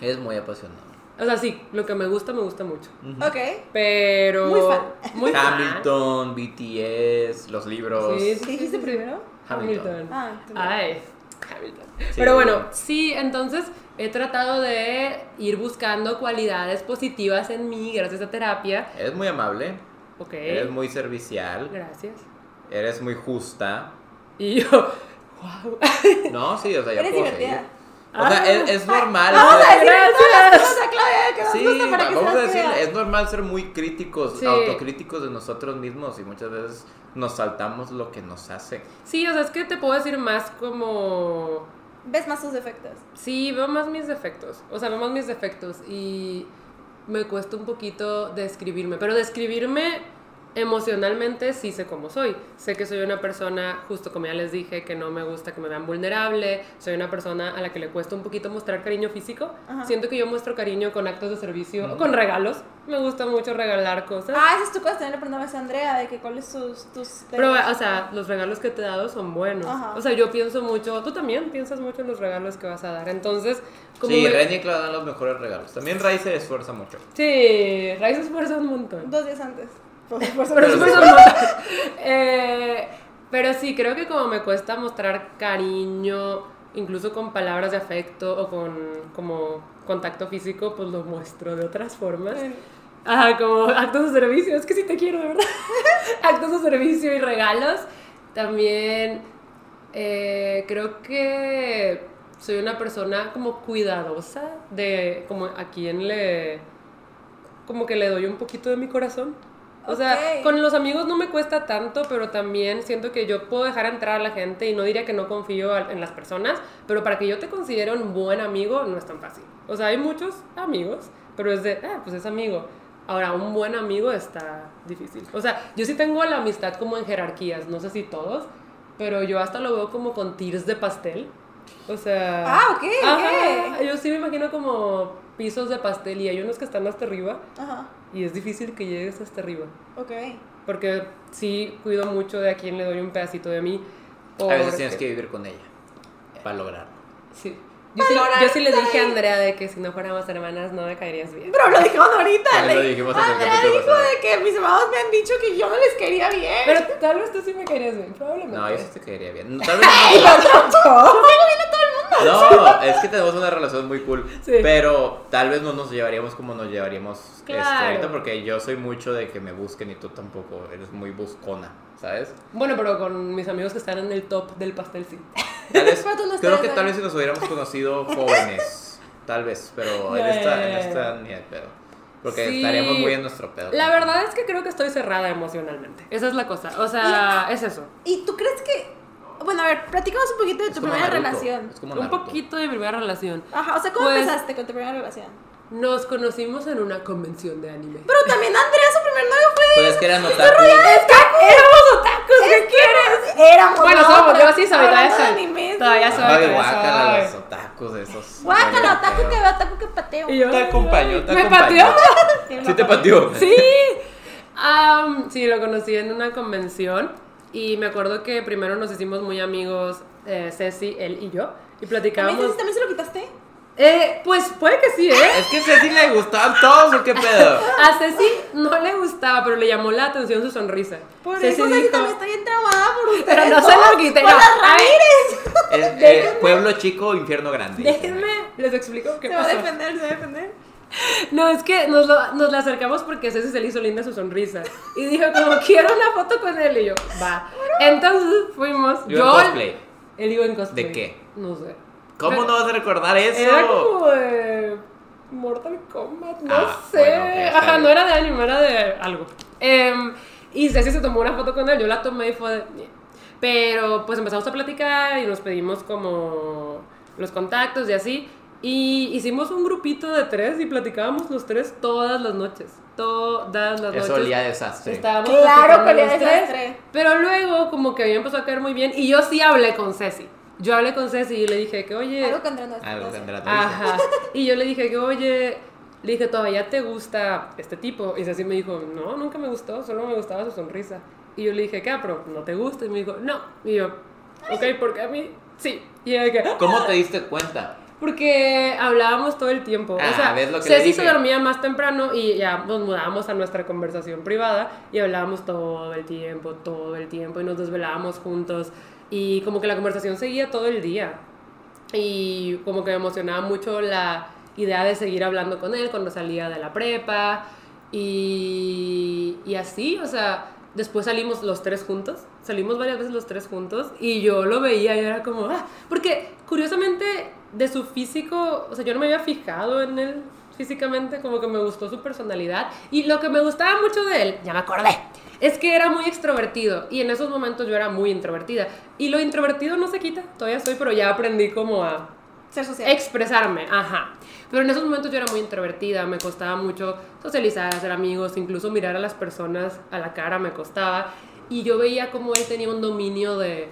Es muy apasionado.
O sea, sí, lo que me gusta, me gusta mucho.
Mm.
Ok.
Pero...
Muy fan.
Muy fan.
Hamilton, BTS, los libros.
Sí, sí, sí,
¿Dijiste
sí.
primero?
Hamilton.
Hamilton.
Ah, tú.
Ay, Hamilton.
Sí.
Pero bueno, sí, entonces he tratado de ir buscando cualidades positivas en mí gracias a terapia.
Eres muy amable,
Ok.
eres muy servicial,
Gracias.
eres muy justa.
Y yo, wow.
No, sí, o sea, ya
Eres
puedo
divertida.
seguir. O sea,
Ah.
es, es normal. o
Vamos
sea,
a decir todas las
Gracias.
cosas a Claudia que nos
sí,
gusta para que
vamos
se
a
las
decir,
crea.
es normal ser muy críticos,
Sí.
autocríticos de nosotros mismos y muchas veces nos saltamos lo que nos hace.
Sí, o sea, es que te puedo decir más como...
Ves más sus defectos.
Sí, veo más mis defectos. O sea, veo más mis defectos y me cuesta un poquito describirme. Pero describirme emocionalmente sí sé cómo soy. Sé que soy una persona, justo como ya les dije, que no me gusta que me vean vulnerable. Soy una persona a la que le cuesta un poquito mostrar cariño físico.
Ajá.
Siento que yo muestro cariño con actos de servicio
Ujú.
o con regalos. Me gusta mucho regalar cosas.
Ah, esa es tu cosa, también le preguntabas a Andrea de que cuáles sus tus
Pero, o sea, los regalos que te he dado son buenos.
Ajá.
O sea, yo pienso mucho, tú también piensas mucho en los regalos que vas a dar. Entonces, como...
Sí,
me-
Ren y Clau dan los mejores regalos. También Ray se esfuerza mucho.
Sí, Ray se esfuerza un montón.
dos días antes. Por supuesto,
Pero
por
se
supuesto.
esfuerza un montón. Eh, pero sí, creo que como me cuesta mostrar cariño, incluso con palabras de afecto o con como contacto físico, pues lo muestro de otras formas. Ajá, como actos de servicio, es que sí te quiero, de verdad. actos de servicio y regalos. También eh, creo que soy una persona como cuidadosa de como a quien le como que le doy un poquito de mi corazón. O sea,
Ok.
con los amigos no me cuesta tanto, pero también siento que yo puedo dejar entrar a la gente y no diría que no confío al- en las personas, pero para que yo te considere un buen amigo no es tan fácil. O sea, hay muchos amigos, pero es de, ah, pues es amigo. Ahora, un buen amigo está difícil. O sea, yo sí tengo la amistad como en jerarquías, no sé si todos, pero yo hasta lo veo como con tiers de pastel. O sea...
Ah, ok,
ajá,
ok.
yo sí me imagino como pisos de pastel y hay unos que están hasta arriba
Ajá,
y es difícil que llegues hasta arriba.
ok.
Porque sí cuido mucho de a quién le doy un pedacito de mí.
A veces
porque-
tienes que vivir con ella para lograrlo.
Sí. Yo sí, yo sí le dije a Andrea de que si no fuéramos hermanas no me caerías bien.
Pero lo dijeron ahorita.
También
le-
lo dijimos en el
Andrea
capítulo
dijo
pasado.
de que mis amados me han dicho que yo no les quería bien.
Pero tal vez tú sí me caerías bien, probablemente.
No, yo sí te caería bien. Tal vez no-
Yo me caí bien a todo el mundo.
No, es que tenemos una relación muy cool.
Sí.
Pero tal vez no nos llevaríamos como nos llevaríamos este,
Claro.
ahorita, porque yo soy mucho de que me busquen y tú tampoco. Eres muy buscona, ¿sabes?
Bueno, pero con mis amigos que están en el top del pastel, sí.
Tal vez,
Pero tú no
creo
estás
que
ahí.
tal vez si nos hubiéramos conocido jóvenes. Tal vez, pero en esta, en esta ni de pedo. Porque
Sí.
estaríamos muy en nuestro pedo.
La verdad es que creo que estoy cerrada emocionalmente. Esa es la cosa. O sea, es eso.
¿Y tú crees que.? Bueno, a ver, platicamos un poquito de
Es
tu
como
primera
Naruto,
relación.
Es como
Un
Naruto.
poquito de primera relación.
Ajá, o sea, ¿cómo
Pues-
empezaste con tu primera relación?
Nos conocimos en una convención de anime.
Pero también Andrea, su primer novio fue.
Pero Pues es que eran otaku.
éramos otakus, ¿qué quieres? Éramos.
Bueno, somos, yo sí soy, todavía
Hablando de
soy.
anime,
Todavía
sí.
soy,
Ay, guácala,
todavía
los
soy.
otakus esos.
Guácala,
Ay,
otaku
qué
que
feo.
veo, otaku que pateo.
Y yo,
Te acompaño, te
¿Me
acompaño.
pateó?
Sí te pateó.
Sí. Am, sí, lo conocí en una convención y me acuerdo que primero nos hicimos muy amigos eh, Ceci, él y yo y
¿También,
platicábamos.
¿También se lo quitaste?
Eh, pues puede que sí, ¿eh?
Es que a Ceci le gustaban todos o qué pedo.
A Ceci no le gustaba, pero le llamó la atención su sonrisa.
Por
Ceci
eso Ceci
dijo,
también está bien trabada por ustedes.
pero no se
dos,
lo quité.
Por
no.
las
A ver,
Ramírez.
Es, eh, pueblo chico, infierno grande.
Déjenme, les explico qué
Se va a
pasó.
defender, se va a defender.
No, es que nos, lo- nos la acercamos porque Ceci se le hizo linda su sonrisa. Y dijo, como, quiero una foto con él. Y yo, va. Entonces fuimos.
Yo en cosplay.
Él iba en cosplay.
¿De qué?
No sé.
¿Cómo no vas a recordar eso?
Era como de Mortal Kombat, no
Ah,
sé.
bueno, ok, está
Ajá,
bien.
no era de anime, era de algo. Em, y Ceci se tomó una foto con él, yo la tomé y fue de... "Meh". Pero pues empezamos a platicar y nos pedimos como los contactos y así. Y hicimos un grupito de tres y platicábamos los tres todas las noches. Todas las
Eso
noches.
olía a desastre.
Estábamos platicando
Claro, que olía
los tres,
desastre.
Pero luego como que a mí me empezó a caer muy bien y yo sí hablé con Ceci. Yo hablé con Ceci y le dije que, oye...
Algo contra nosotros.
Algo tendrá tu hija.
Ajá. Y yo le dije que, oye, le dije, ¿todavía te gusta este tipo? Y Ceci me dijo, no, nunca me gustó, solo me gustaba su sonrisa. Y yo le dije, ¿qué? ah, Pero no te gusta. Y me dijo, no. Y yo, ok, porque a mí sí. Y ella que, "Ah",
¿Cómo te diste cuenta?
porque hablábamos todo el tiempo.
Ah,
o sea,
¿ves lo que le
Ceci se
dije?
dormía más temprano y ya nos mudábamos a nuestra conversación privada y hablábamos todo el tiempo, todo el tiempo y nos desvelábamos juntos. Y como que la conversación seguía todo el día y como que me emocionaba mucho la idea de seguir hablando con él cuando salía de la prepa y, y así, o sea, después salimos los tres juntos, salimos varias veces los tres juntos y yo lo veía y era como, ah, porque curiosamente de su físico, o sea, yo no me había fijado en él físicamente, como que me gustó su personalidad y lo que me gustaba mucho de él, ya me acordé, es que era muy extrovertido y en esos momentos yo era muy introvertida. Y lo introvertido no se quita, todavía soy, pero ya aprendí como a
Ser social.
expresarme, ajá. Pero en esos momentos yo era muy introvertida, me costaba mucho socializar, hacer amigos, incluso mirar a las personas a la cara me costaba. Y yo veía como él tenía un dominio de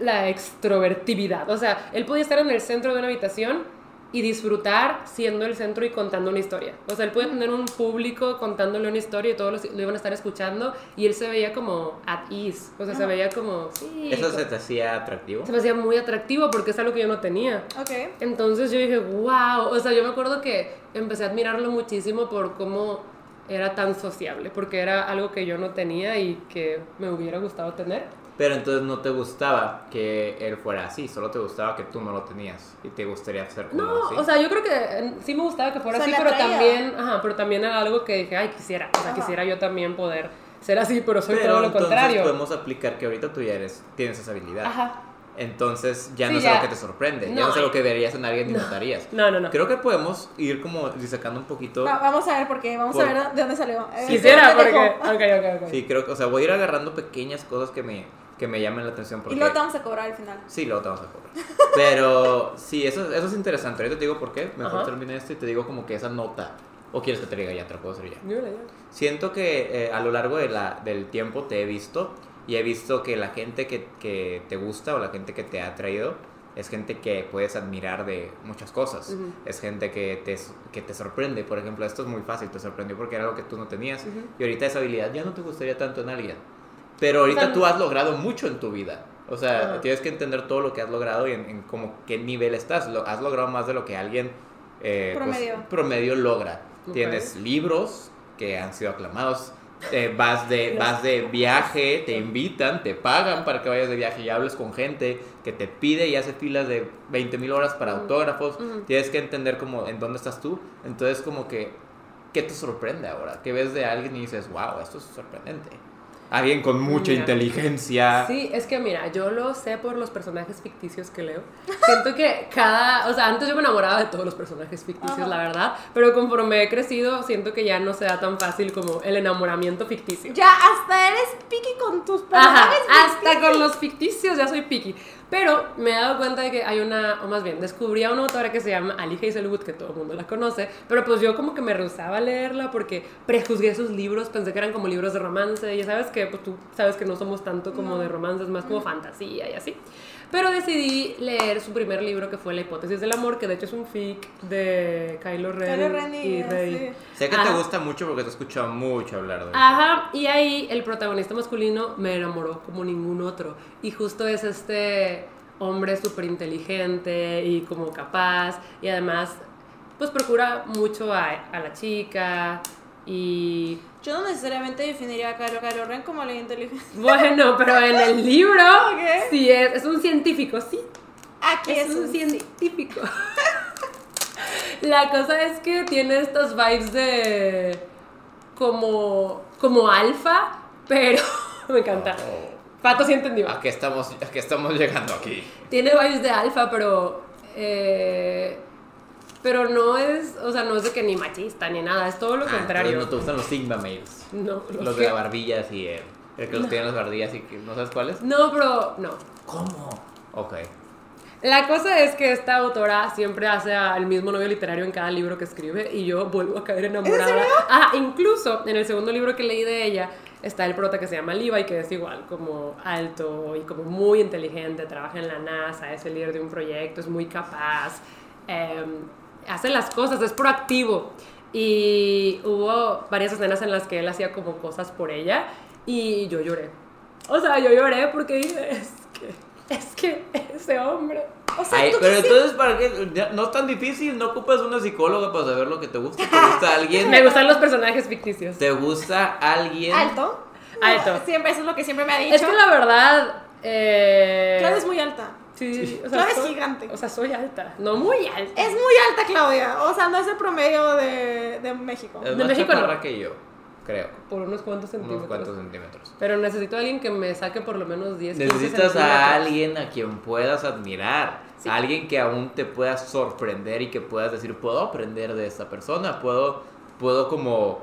la extrovertibilidad. O sea, él podía estar en el centro de una habitación y disfrutar siendo el centro y contando una historia. O sea, él podía tener un público contándole una historia y todos los- lo iban a estar escuchando y él se veía como at ease. O sea, se veía como... sí,
¿Eso
co-
se te hacía atractivo?
se me hacía muy atractivo porque es algo que yo no tenía.
Ok.
Entonces yo dije, wow, o sea, yo me acuerdo que empecé a admirarlo muchísimo por cómo era tan sociable, porque era algo que yo no tenía y que me hubiera gustado tener.
Pero entonces no te gustaba que él fuera así, solo te gustaba que tú no lo tenías y te gustaría ser como
No,
así.
o sea, yo creo que eh, sí me gustaba que fuera
O sea,
así,
le
pero
atraía.
también, ajá, pero también era algo que dije, ay, quisiera, o sea,
Ajá.
quisiera yo también poder ser así, pero soy
Pero
todo lo
entonces
contrario.
podemos aplicar que ahorita tú ya eres, tienes esa habilidad.
Ajá.
Entonces ya
Sí,
no es
ya.
algo que te sorprende, ya
No.
no es algo que verías en alguien ni notarías.
No, no, no.
Creo que podemos ir como disecando un poquito.
Va- vamos a ver por qué, vamos
Por-
a ver de dónde salió. Eh,
Quisiera,
¿de dónde
porque... Ok,
dejó?
ok, ok.
Sí, creo que, o sea, voy a ir agarrando pequeñas cosas que me, que me llamen la atención. Porque...
Y luego te vamos a cobrar al final.
Sí, luego te vamos a cobrar. Pero sí, eso, eso es interesante. Ahorita te digo por qué. Mejor
Ajá.
termina esto y te digo como que esa nota. ¿O quieres que te diga ya otra cosa? Ya.
Yo la- yo-
Siento que eh, a lo largo de la, del tiempo te he visto y he visto que la gente que, que te gusta o la gente que te ha atraído es gente que puedes admirar de muchas cosas.
Ujú.
Es gente que te, que te sorprende. Por ejemplo, esto es muy fácil. Te sorprendió porque era algo que tú no tenías. Y ahorita esa habilidad ya no te gustaría tanto en alguien. Pero ahorita
Tan-
tú has logrado mucho en tu vida. O sea,
Ajá.
tienes que entender todo lo que has logrado y en, en como qué nivel estás. Lo, has logrado más de lo que alguien eh, pues,
Promedio.
promedio logra.
Ok.
Tienes libros que han sido aclamados, eh, vas, de, vas de viaje, te invitan, te pagan para que vayas de viaje y hables con gente que te pide y hace filas de 20 mil horas para autógrafos. Tienes que entender como en dónde estás tú. Entonces como que, ¿qué te sorprende ahora? Que ves de alguien y dices, wow, esto es sorprendente. Alguien con mucha
Mira.
inteligencia.
Sí, es que mira, yo lo sé por los personajes ficticios que leo. Siento que cada, o sea, antes yo me enamoraba de todos los personajes ficticios,
Ajá.
la verdad, pero conforme he crecido, siento que ya no se da tan fácil como el enamoramiento ficticio.
Ya hasta eres piqui con tus
Ajá,
personajes.
hasta con los ficticios ya soy picky. Pero me he dado cuenta de que hay una, o más bien, descubrí a una autora que se llama Ali Hazelwood, que todo el mundo la conoce, pero pues yo como que me rehusaba a leerla porque prejuzgué sus libros, pensé que eran como libros de romance, ya sabes que pues tú sabes que no somos tanto como de romances, más
Mm.
como fantasía y así. Pero decidí leer su primer libro que fue La hipótesis del amor, que de hecho es un fic de Kylo Ren,
Kylo Ren y-
y Rey.
sí.
Sé que te
Ajá.
gusta mucho porque te he escuchado mucho hablar de
Ajá, y ahí el protagonista masculino me enamoró como ningún otro. Y justo es este hombre súper inteligente y como capaz. Y además, pues procura mucho a, a la chica. Y
Yo no necesariamente definiría a Kylo, Kylo Ren como alguien inteligente.
bueno, pero en el libro
Ok.
sí es, es un científico, sí,
Aquí
es
Ah, es,
un científico. La cosa es que tiene estas vibes de como como alfa, pero me encanta.
Oh.
Pato sí entendió.
¿A qué estamos, a qué estamos llegando aquí?
Tiene vibes de alfa, pero eh, pero no es, o sea, no es de que ni machista ni nada, es todo lo
Ah, entonces
contrario.
No te gustan los Sigma males.
no,
Los,
los
de la
que-
barbilla y eh, el que los tienen las barbillas y que no sabes cuáles.
no, pero no.
¿Cómo? Ok.
La cosa es que esta autora siempre hace al mismo novio literario en cada libro que escribe y yo vuelvo a caer enamorada. Ah, incluso en el segundo libro que leí de ella está el prota que se llama Levi, que es igual, como alto y como muy inteligente, trabaja en la NASA, es el líder de un proyecto, es muy capaz, eh, hace las cosas, es proactivo. Y hubo varias escenas en las que él hacía como cosas por ella y yo lloré. O sea, yo lloré porque dije, es que, es que ese hombre...
O sea,
Ay,
tú
pero
quisieras-
entonces, ¿para qué? Ya, No es tan difícil, no ocupas una psicóloga para saber lo que te gusta. ¿Te gusta alguien?
Me gustan los personajes ficticios.
¿Te gusta alguien?
alto.
Alto.
No, siempre eso es lo que siempre me ha dicho.
Es que la verdad. Eh,
Claudia es muy alta.
sí, o sea,
Claudia es
soy-
gigante.
O sea, soy alta. No muy alta.
Es muy alta, Claudia. O sea, no es el promedio de, de México.
Es
de
más
México no.
chaparra que yo, creo.
Por unos cuantos centímetros.
Unos cuantos centímetros.
Pero necesito a alguien que me saque por lo menos 10 15
Necesitas a
centímetros.
alguien a quien puedas admirar, a alguien que aún te pueda sorprender y que puedas decir, puedo aprender de esta persona, puedo, puedo como,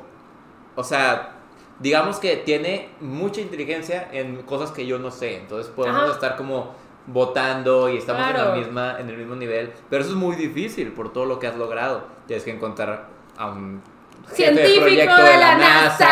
o sea, digamos que tiene mucha inteligencia en cosas que yo no sé, entonces podemos
Ajá.
estar como votando y estamos en, la
Claro.
misma, en el mismo nivel, pero eso es muy difícil por todo lo que has logrado, tienes que encontrar a un... jefe
Científico
proyecto
de la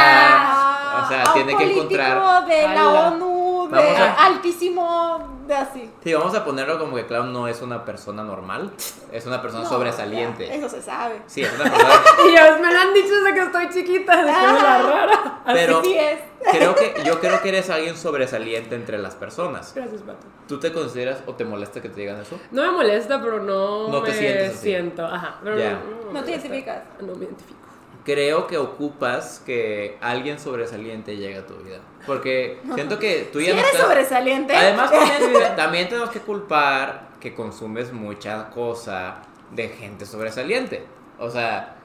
Ah,
O sea,
a un
tiene que
político
encontrar...
de la
Ala.
ONU, de
Vamos a-
altísimo, de así.
Sí, vamos a ponerlo como que Clown no es una persona normal, es una persona
No,
sobresaliente.
ya, eso se sabe.
Sí, es una persona.
Dios, me lo han dicho desde que estoy chiquita. De que
Ah.
soy la rara.
Pero
Así es.
creo que, yo creo que eres alguien sobresaliente entre las personas.
Gracias, pato.
¿Tú te consideras o te molesta que te digan eso?
No me molesta, pero no,
No te
me
sientes así.
siento. Ajá. Pero
Ya.
me
No te
molesta.
identificas.
No me identifico.
Creo que ocupas que alguien sobresaliente llegue a tu vida. Porque siento que tú ya
Si
no
eres
estás-
sobresaliente.
Además, también, también tenemos que culpar que consumes mucha cosa de gente sobresaliente. O sea,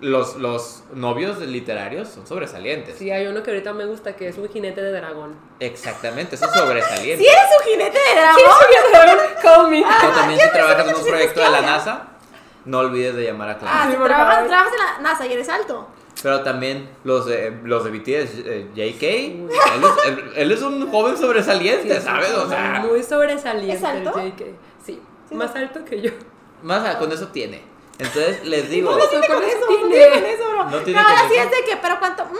los, los novios literarios son sobresalientes.
Sí, hay uno que ahorita me gusta que es un jinete de dragón.
Exactamente, eso es sobresaliente.
Si eres un jinete de dragón.
Call me.
ah,
O también si trabajas en
que
un
sí
proyecto
eres
de la
Claudia.
NASA, no olvides de llamar a
Ah,
Clara.
Sí,
si
por
trabajas,
favor.
trabajas en la NASA y eres alto.
Pero también los de, los de BTS, eh, JK, él es, él- él es un joven sobresaliente, ¿sabes? O sea,
Muy sobresaliente
¿Es alto?
el JK. Sí, más alto que yo.
más a- con eso tiene. Entonces les digo,
Pero
Con
con
eso,
eso
no
tiene.
tiene con eso, bro.
No tiene
No, ahora
con
sí
eso.
es de que, pero cuánto. Mm,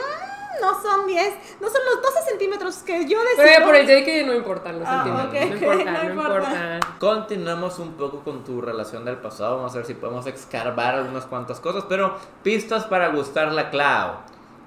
no son 10. No son los 12 centímetros que yo decido.
Pero por el JK no importan los
Ah,
centímetros.
ok,
No importa,
no
no
importa.
importa.
continuamos un poco con tu relación del pasado. Vamos a ver si podemos escarbar algunas cuantas cosas, pero pistas para gustar la Clau.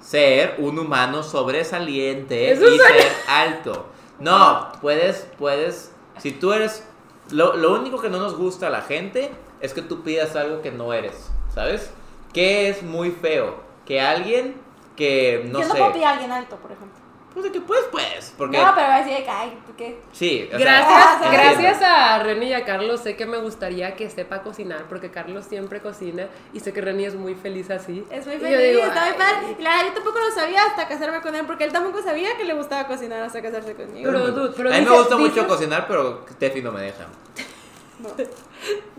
Ser un humano sobresaliente
Eso
y
suena-
ser alto. No, puedes, puedes, si tú eres, lo, lo único que no nos gusta a la gente es que tú pidas algo que no eres, ¿sabes? Que es muy feo, que alguien que no
Yo no
sé.
puedo pedir a alguien alto, por ejemplo.
pues de que puedes, pues. Porque.
No, pero va a decir de que, ay, ¿tú qué?
Sí, o sea,
Gracias,
entiendo.
gracias a Reni y a Carlos, sé que me gustaría que sepa cocinar, porque Carlos siempre cocina y sé que Reni es muy feliz así.
Es
Y
muy
yo
feliz,
digo,
está muy
"Ay".
padre. Y la verdad, yo tampoco lo sabía hasta casarme con él, porque él tampoco sabía que le gustaba cocinar hasta casarse conmigo.
Pero, dude, pero
a mí me
dices-
gusta mucho
dices-
cocinar, pero Tefi no me deja.
No.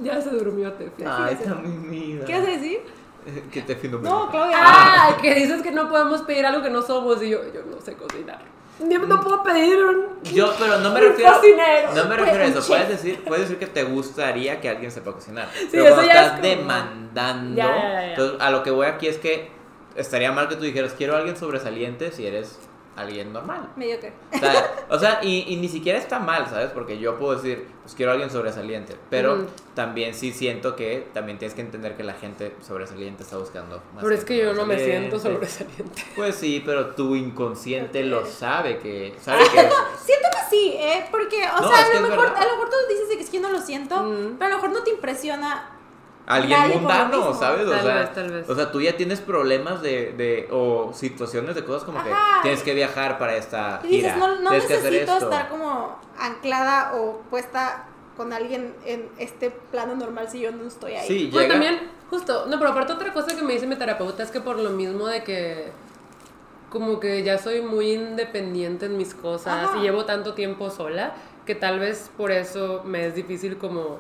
Ya se durmió Tefi.
Ay, está mi vida.
¿Qué vas a decir?
Que Tefi no me
No,
deja.
Claudia.
Ah, que dices que no podemos pedir algo que no somos y yo, yo no sé cocinar. Ni- No puedo pedir un...
Yo, pero Mm. no me refiero.
cocinero.
No me refiero a eso.
Pues, Un
Puedes decir, puedes decir que te gustaría que alguien sepa cocinar. pero
eso
cuando
ya
estás
es como-
demandando.
Ya, ya, ya.
Entonces, a lo que voy aquí es que estaría mal que tú dijeras, quiero a alguien sobresaliente si eres alguien normal.
Mediocre.
O sea, o sea, y, y ni siquiera está mal, ¿sabes? Porque yo puedo decir, pues quiero a alguien sobresaliente. Pero
Ujú.
también sí siento que también tienes que entender que la gente sobresaliente está buscando más.
Pero es que
gente
yo no me siento
sobresaliente.
sobresaliente.
Pues sí, pero tu inconsciente
Ok.
lo sabe que. Sabe que.
Siento que sí, ¿eh? Porque, o
No,
sea,
es
a
que
lo,
es
mejor,
verdad.
a lo mejor tú dices de que es que yo no lo siento,
Mm.
pero a lo mejor no te impresiona.
alguien
Nadie por lo
mundano,
mismo.
¿sabes? O
Tal
sea,
vez, tal vez.
o sea, tú ya tienes problemas de, de o situaciones de cosas como que
Ajá.
tienes que viajar para esta
Y
gira,
dices, no, no
tienes que hacer
necesito
esto.
estar como anclada o puesta con alguien en este plano normal si yo no estoy ahí.
Sí,
Pero
llega.
también, justo, no, pero aparte otra cosa que me dice mi terapeuta es que por lo mismo de que como que ya soy muy independiente en mis cosas
Ajá.
y llevo tanto tiempo sola que tal vez por eso me es difícil como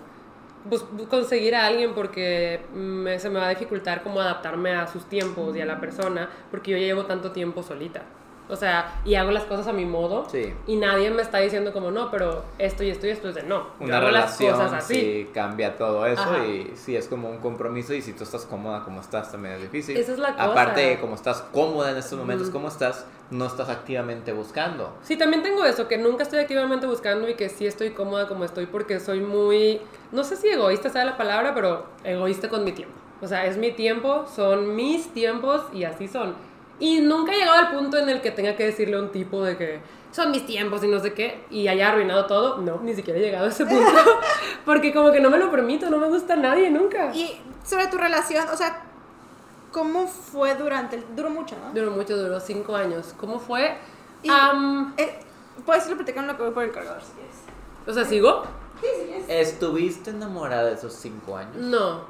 bus- bu- conseguir a alguien porque me- se me va a dificultar como adaptarme a sus tiempos y a la persona porque yo ya llevo tanto tiempo solita. O sea, y hago las cosas a mi modo
Sí.
y nadie me está diciendo como no, pero esto y esto y esto es de no. Yo
una
hago
relación
las cosas así.
sí cambia todo eso
Ajá.
y sí es como un compromiso y si tú estás cómoda como estás también es difícil.
Esa es la cosa.
Aparte como estás cómoda en estos momentos como estás, no estás activamente buscando.
Sí, también tengo eso, que nunca estoy activamente buscando y que sí estoy cómoda como estoy porque soy muy, no sé si egoísta sea la palabra, pero egoísta con mi tiempo. O sea, es mi tiempo, son mis tiempos y así son. Y nunca he llegado al punto en el que tenga que decirle a un tipo de que son mis tiempos y no sé qué, y haya arruinado todo. No, ni siquiera he llegado a ese punto. Porque como que no me lo permito, no me gusta a nadie nunca.
Y sobre tu relación, o sea, ¿cómo fue durante el... Duró mucho, ¿no?
Duró mucho, duró cinco años. ¿Cómo fue?
Y-
Am,
Eh, Puedes irlo platicando lo que voy por el cargador, si quieres.
o sea, ¿sigo?
Sí, si quieres.
¿Estuviste enamorada de esos cinco años?
No,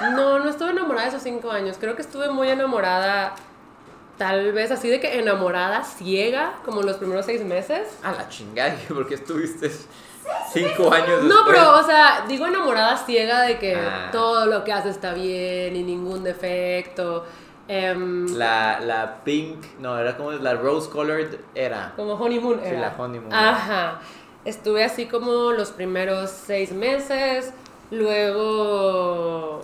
no, no estuve enamorada esos cinco años. Creo que estuve muy enamorada, tal vez así de que enamorada ciega, como los primeros seis meses.
A la chingada, porque estuviste cinco años
No,
después?
pero, o sea, digo enamorada ciega de que
Ah.
todo lo que hace está bien y ningún defecto. em,
La, la pink, no, era como la rose colored era.
Como honeymoon.
Sí,
era.
la honeymoon.
Ajá. Estuve así como los primeros seis meses. Luego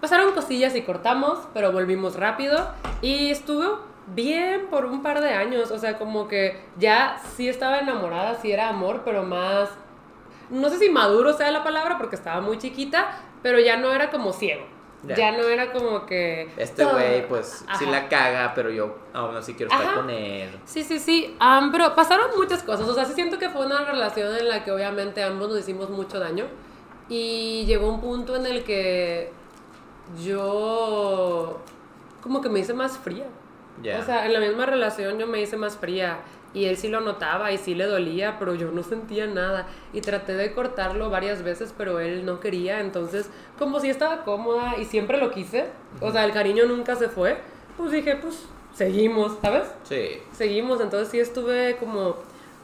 pasaron cosillas y cortamos, pero volvimos rápido. Y estuvo bien por un par de años. O sea, como que ya sí estaba enamorada, sí era amor, pero más. No sé si maduro sea la palabra porque estaba muy chiquita, pero ya no era como ciego.
Ya.
Ya no era como que.
Este güey, pues sí
Ajá.
la caga, pero yo aún así quiero estar
Ajá.
con él.
Sí, sí, sí, am, pero pasaron muchas cosas, o sea, sí siento que fue una relación en la que obviamente ambos nos hicimos mucho daño y llegó un punto en el que yo como que me hice más fría.
Ya.
O sea, en la misma relación yo me hice más fría y él sí lo notaba y sí le dolía, pero yo no sentía nada y traté de cortarlo varias veces, pero él no quería, entonces como si estaba cómoda y siempre lo quise, o sea, el cariño nunca se fue, pues dije, pues seguimos, ¿sabes?
sí.
seguimos, entonces sí estuve como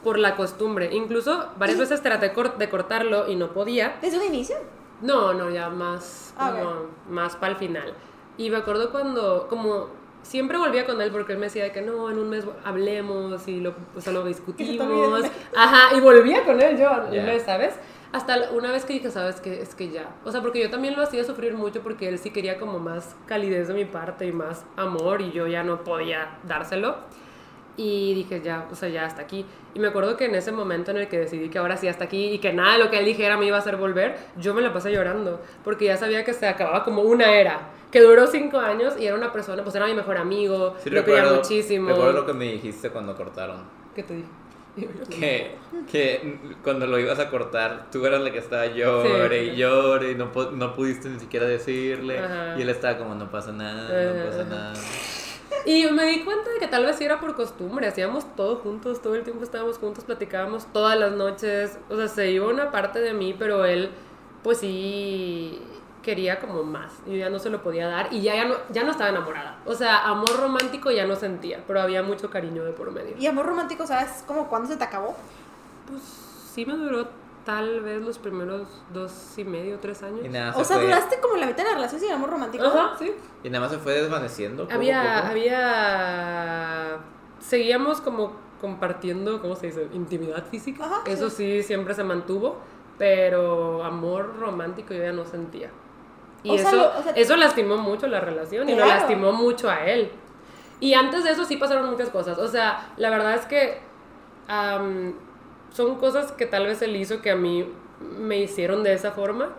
por la costumbre. Incluso varias veces traté cor- de cortarlo y no podía.
¿Desde un inicio?
No, no, ya más,
Ah,
como más para el final. Y me acuerdo cuando, como siempre volvía con él porque él me decía de que no, en un mes hablemos y lo, o sea, lo discutimos. Ajá, y volvía con él yo al
Ya.
mes, ¿sabes? Hasta la- una vez que dije, ¿sabes qué? Es que ya. O sea, porque yo también lo hacía sufrir mucho porque él sí quería como más calidez de mi parte y más amor y yo ya no podía dárselo. Y dije, ya, o sea, ya hasta aquí. Y me acuerdo que en ese momento en el que decidí que ahora sí hasta aquí y que nada de lo que él dijera me iba a hacer volver, yo me la pasé llorando. Porque ya sabía que se acababa como una era. Que duró cinco años y era una persona, pues era mi mejor amigo.
Sí,
lo quería muchísimo.
Recuerdo lo que me dijiste cuando cortaron.
¿Qué te dije?
Que, que cuando lo ibas a cortar, tú eras la que estaba llore
Sí.
y llore y no, pu- no pudiste ni siquiera decirle.
Ajá.
Y él estaba como, no pasa nada, no
Ajá.
pasa nada.
Y me di cuenta de que tal vez sí era por costumbre, hacíamos todo juntos, todo el tiempo estábamos juntos, platicábamos todas las noches, o sea, se iba una parte de mí, pero él pues sí quería como más, yo ya no se lo podía dar y ya, ya, no, ya no estaba enamorada, o sea, amor romántico ya no sentía, pero había mucho cariño de por medio.
Y amor romántico, ¿sabes? Como cuando se te acabó.
Pues sí me duró tal vez los primeros dos y medio, tres años.
Y nada,
O
Ah, se
sea,
fue,
duraste como la mitad de la relación sin amor romántico.
Ajá, sí.
y nada más se fue desvaneciendo. poco a
Había,
poco.
había, seguíamos como compartiendo, ¿cómo se dice? Intimidad física.
Ajá,
Eso sí, siempre se mantuvo, pero amor romántico yo ya no sentía. Y
O sea,
eso,
lo- o sea-
eso lastimó mucho la relación y lo
Claro.
lastimó mucho a él. Y antes de eso sí pasaron muchas cosas. O sea, la verdad es que am, son cosas que tal vez él hizo que a mí me hicieron de esa forma.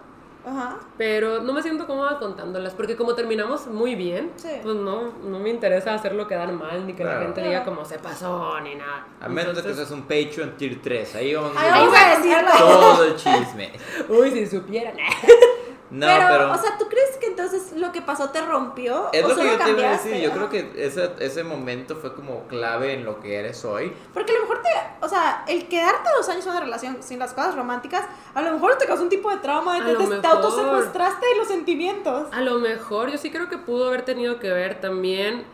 Ajá.
Pero no me siento cómoda contándolas, porque como terminamos muy bien,
Sí.
pues no, no me interesa hacerlo quedar mal, ni que la
Claro.
gente diga como se pasó, ni nada.
A menos de que
Entonces,
seas un Patreon Tier 3. Ahí vamos
Ahí
a
vamos a
decir
decirlo.
todo el chisme.
Uy, si supieran.
No,
pero,
pero.
o sea, ¿tú crees que entonces lo que pasó te rompió?
es
¿O
lo que
solo
yo te iba a
cambiaste?
decir. Yo
Ajá.
creo que ese, ese momento fue como clave en lo que eres hoy.
Porque a lo mejor te. O sea, el quedarte dos años en una relación sin las cosas románticas, a lo mejor te causó un tipo de trauma,
A
de
lo
te, te
mejor.
autosecuestraste de los sentimientos.
A lo mejor, yo sí creo que pudo haber tenido que ver también,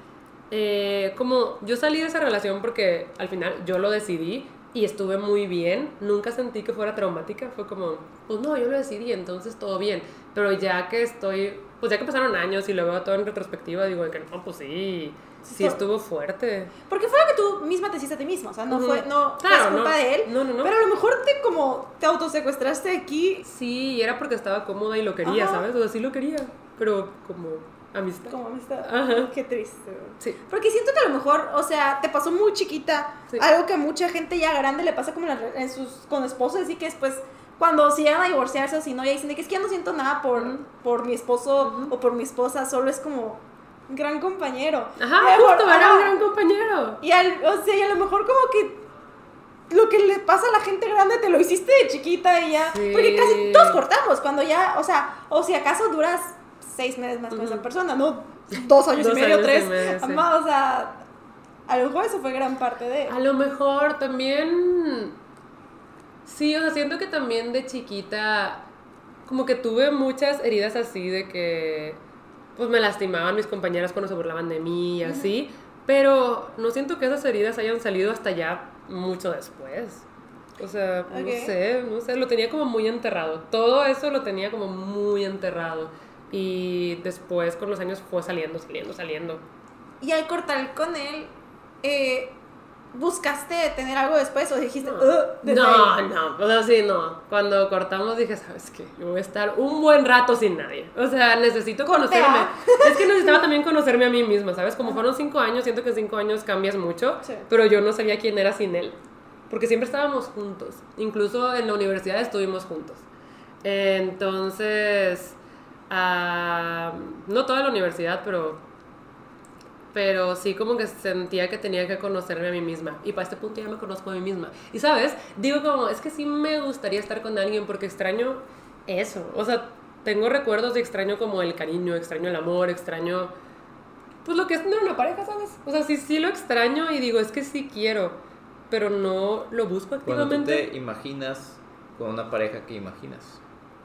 eh, como yo salí de esa relación porque al final yo lo decidí y estuve muy bien, nunca sentí que fuera traumática, fue como, pues no, yo lo decidí, entonces todo bien, pero ya que estoy, pues ya que pasaron años y lo veo todo en retrospectiva, digo, de que no, pues sí, sí
Esto-
estuvo fuerte.
Porque fue lo que tú misma te hiciste a ti misma. O sea, no
Ujú.
fue. No, fue
Claro,
culpa
no.
de él.
No, no, no.
Pero a lo mejor te como. Te autosecuestraste aquí.
Sí, y era porque estaba cómoda y lo quería,
Ajá.
¿sabes? O sea, sí lo quería, pero como amistad.
Como amistad.
Ajá.
Qué triste, güey.
Sí.
Porque siento que a lo mejor, o sea, te pasó muy chiquita.
Sí.
Algo que mucha gente ya grande le pasa como en, las- en sus, con esposos, así que después, cuando se llegan a divorciarse o si no, ya dicen de que es que ya no siento nada por, por mi esposo o por mi esposa, solo es como gran compañero.
Ajá,
Y a lo mejor-
justo, era un
ajá.
gran compañero.
Y al- o sea, y a lo mejor como que lo que le pasa a la gente grande te lo hiciste de chiquita y ya.
Sí.
Porque casi todos cortamos cuando ya, o sea, o si acaso duras seis meses más con esa
Ujú.
persona, no dos años
Dos
y medio,
años y
tres.
medio, sí.
Ajá, o sea, a lo mejor eso fue gran parte de.
A lo mejor también. Sí, o sea, siento que también de chiquita. Como que tuve muchas heridas así de que. Pues me lastimaban mis compañeras cuando se burlaban de mí y así. Pero no siento que esas heridas hayan salido hasta ya mucho después. O sea,
Ok.
no sé, no sé, lo tenía como muy enterrado. Todo eso lo tenía como muy enterrado. Y después con los años fue saliendo, saliendo, saliendo.
Y al cortar con él, eh, ¿buscaste tener algo después o dijiste,
No,
"Ugh", desde
no,
Uh, ahí?
no, o sea, sí, no. Cuando cortamos dije, ¿sabes qué? Yo voy a estar un buen rato sin nadie. O sea, necesito
Cortea.
conocerme. Es que necesitaba también conocerme a mí misma, ¿sabes? Como fueron cinco años, siento que en cinco años cambias mucho,
Sí.
pero yo no sabía quién era sin él. Porque siempre estábamos juntos. Incluso en la universidad estuvimos juntos. Entonces, ah, no toda la universidad, pero pero sí como que sentía que tenía que conocerme a mí misma. Y para este punto ya me conozco a mí misma. Y sabes, digo como, es que sí me gustaría estar con alguien porque extraño eso. O sea, tengo recuerdos de extraño como el cariño, extraño el amor, extraño... Pues lo que es tener una pareja, ¿sabes? O sea, sí, sí lo extraño y digo, es que sí quiero, pero no lo busco
Cuando tú
activamente.
te imaginas con una pareja que imaginas.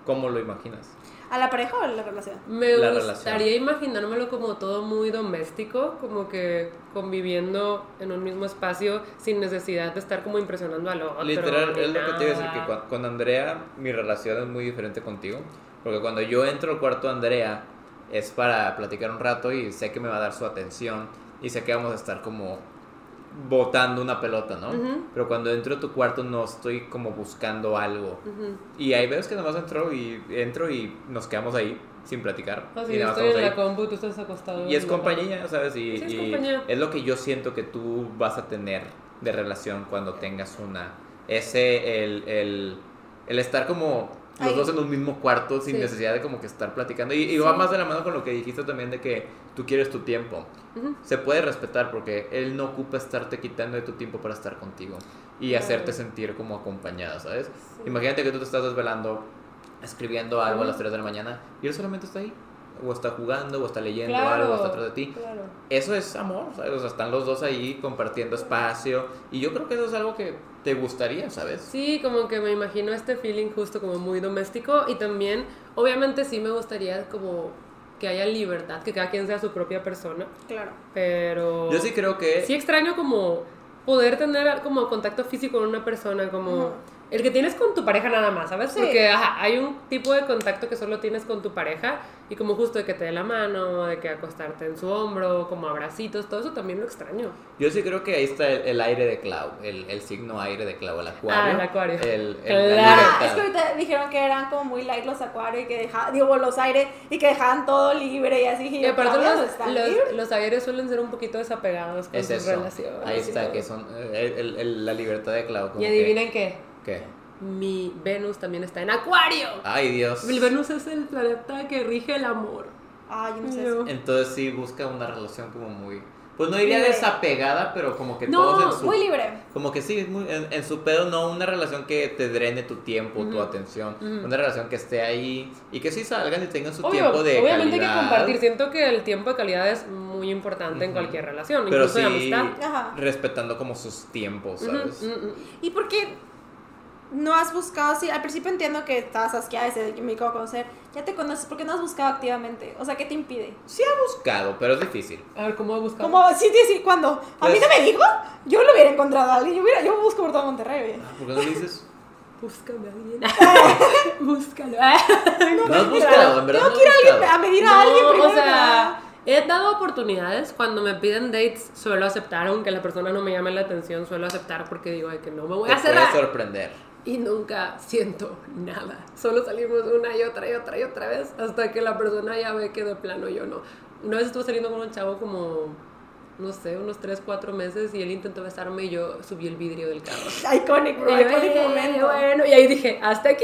¿Cómo lo imaginas?
¿A la pareja o a la relación?
Me
la
gustaría imaginármelo como todo muy doméstico, como que conviviendo en un mismo espacio sin necesidad de estar como impresionando al otro.
Literal,
ni
es lo que te iba a decir,
nada.
que cua- con, Andrea mi relación es muy diferente contigo, porque cuando yo entro al cuarto de Andrea es para platicar un rato y sé que me va a dar su atención y sé que vamos a estar como botando una pelota, ¿no?
Ujú.
Pero cuando entro a tu cuarto no estoy como buscando algo.
Ujú.
Y hay veces que nomás entro y entro y nos quedamos ahí sin platicar.
O sea,
y
yo
nada más
estoy en
estamos ahí.
la compu, tú estás acostado.
Y es
en la
compañía, ¿sabes? Y,
Sí, es
y
compañía.
es lo que yo siento que tú vas a tener de relación cuando tengas una. Ese, el, el, el estar como los
Ahí.
dos en un mismo cuarto sin
Sí.
necesidad de como que estar platicando. Y, y va más de la mano con lo que dijiste también de que tú quieres tu tiempo.
Ujú.
Se puede respetar porque él no ocupa estarte quitando de tu tiempo para estar contigo y
Claro.
hacerte sentir como acompañada, ¿sabes? Imagínate que tú te estás desvelando escribiendo algo a las 3 de la mañana y él solamente está ahí o está jugando, o está leyendo
Claro.
algo, o está atrás de ti.
Claro.
Eso es amor, ¿sabes? O sea, están los dos ahí compartiendo espacio. Y yo creo que eso es algo que te gustaría, ¿sabes?
Sí, como que me imagino este feeling justo como muy doméstico y también obviamente sí me gustaría como que haya libertad, que cada quien sea su propia persona,
Claro.
pero
Yo sí creo que.
sí extraño como poder tener como contacto físico con una persona, como
Ujú.
el que tienes con tu pareja nada más, ¿sabes?
Sí.
Porque ajá, hay un tipo de contacto que solo tienes con tu pareja y como justo de que te dé la mano, de que acostarte en su hombro, como abracitos, todo eso también lo extraño.
Yo sí creo que ahí está el, el aire de Clau, el, el signo aire de Clau, el acuario.
Ah, el acuario.
El, el-
Claro.
la
Ah,
libertad.
es que ahorita dijeron que eran como muy light los acuarios y que dejaban, digo, los aires y que dejaban todo libre y así.
Y aparte
¿Acuarios
los,
están libres?
los, los aires suelen ser un poquito desapegados con
Es
sus
eso.
relaciones.
Ahí
y
está,
todo.
que son eh, el- el- la libertad de Clau. como
Y
que-
adivinen qué,
¿Qué?
mi Venus también está en Acuario.
Ay, Dios.
El Venus es el planeta que rige el amor.
Ah, yo no sé.
Yo-
eso.
Entonces sí busca una relación como muy... Pues no diría
Libre.
desapegada, pero como que
No,
todos en su...
Muy libre.
Como que sí, es muy- en, en su pedo, no una relación que te drene tu tiempo, tu
Ujú.
atención,
Ujú.
una relación que esté ahí y que sí salgan y tengan su
Obvio,
tiempo de
obviamente hay
calidad,
que compartir. Siento que el tiempo de calidad es muy importante en
Ujú.
cualquier relación,
pero
incluso en
sí pues,
amistad.
Ajá.
respetando como sus tiempos,
Ujú, mm,
¿sabes?
ujú, ujú.
¿Y por qué no has buscado así? Al principio entiendo que estabas asqueada desde que me acabo de conocer. Ya te conoces, ¿por qué no has buscado activamente? O sea, ¿qué te impide?
Sí ha buscado, pero es difícil.
A ver, ¿cómo he buscado?
Como, sí, sí, sí, cuando a mí
Pues-
no me dijo, yo lo hubiera encontrado a alguien. Yo, hubiera, yo busco por todo Monterrey. oye.
¿Por qué no le dices?
Búscame a alguien. Búscalo.
No, has
mira,
buscado, en verdad
tengo
no has
que ir a alguien
buscado.
a medir a
No,
alguien primero.
O
que
sea,
nada.
he dado oportunidades. Cuando me piden dates, suelo aceptar. Aunque la persona no me llame la atención, suelo aceptar porque digo de que no me voy a
Te puede
cerrar.
sorprender.
Y nunca siento nada. Solo salimos una y otra y otra y otra vez hasta que la persona ya ve que de plano yo no. Una vez estuve saliendo con un chavo como, no sé, unos 3, 4 meses y él intentó besarme y yo subí el vidrio del carro.
Iconic,
Y
bro,
yo,
iconic
"Eh,
momento.
Bueno, y ahí dije, hasta aquí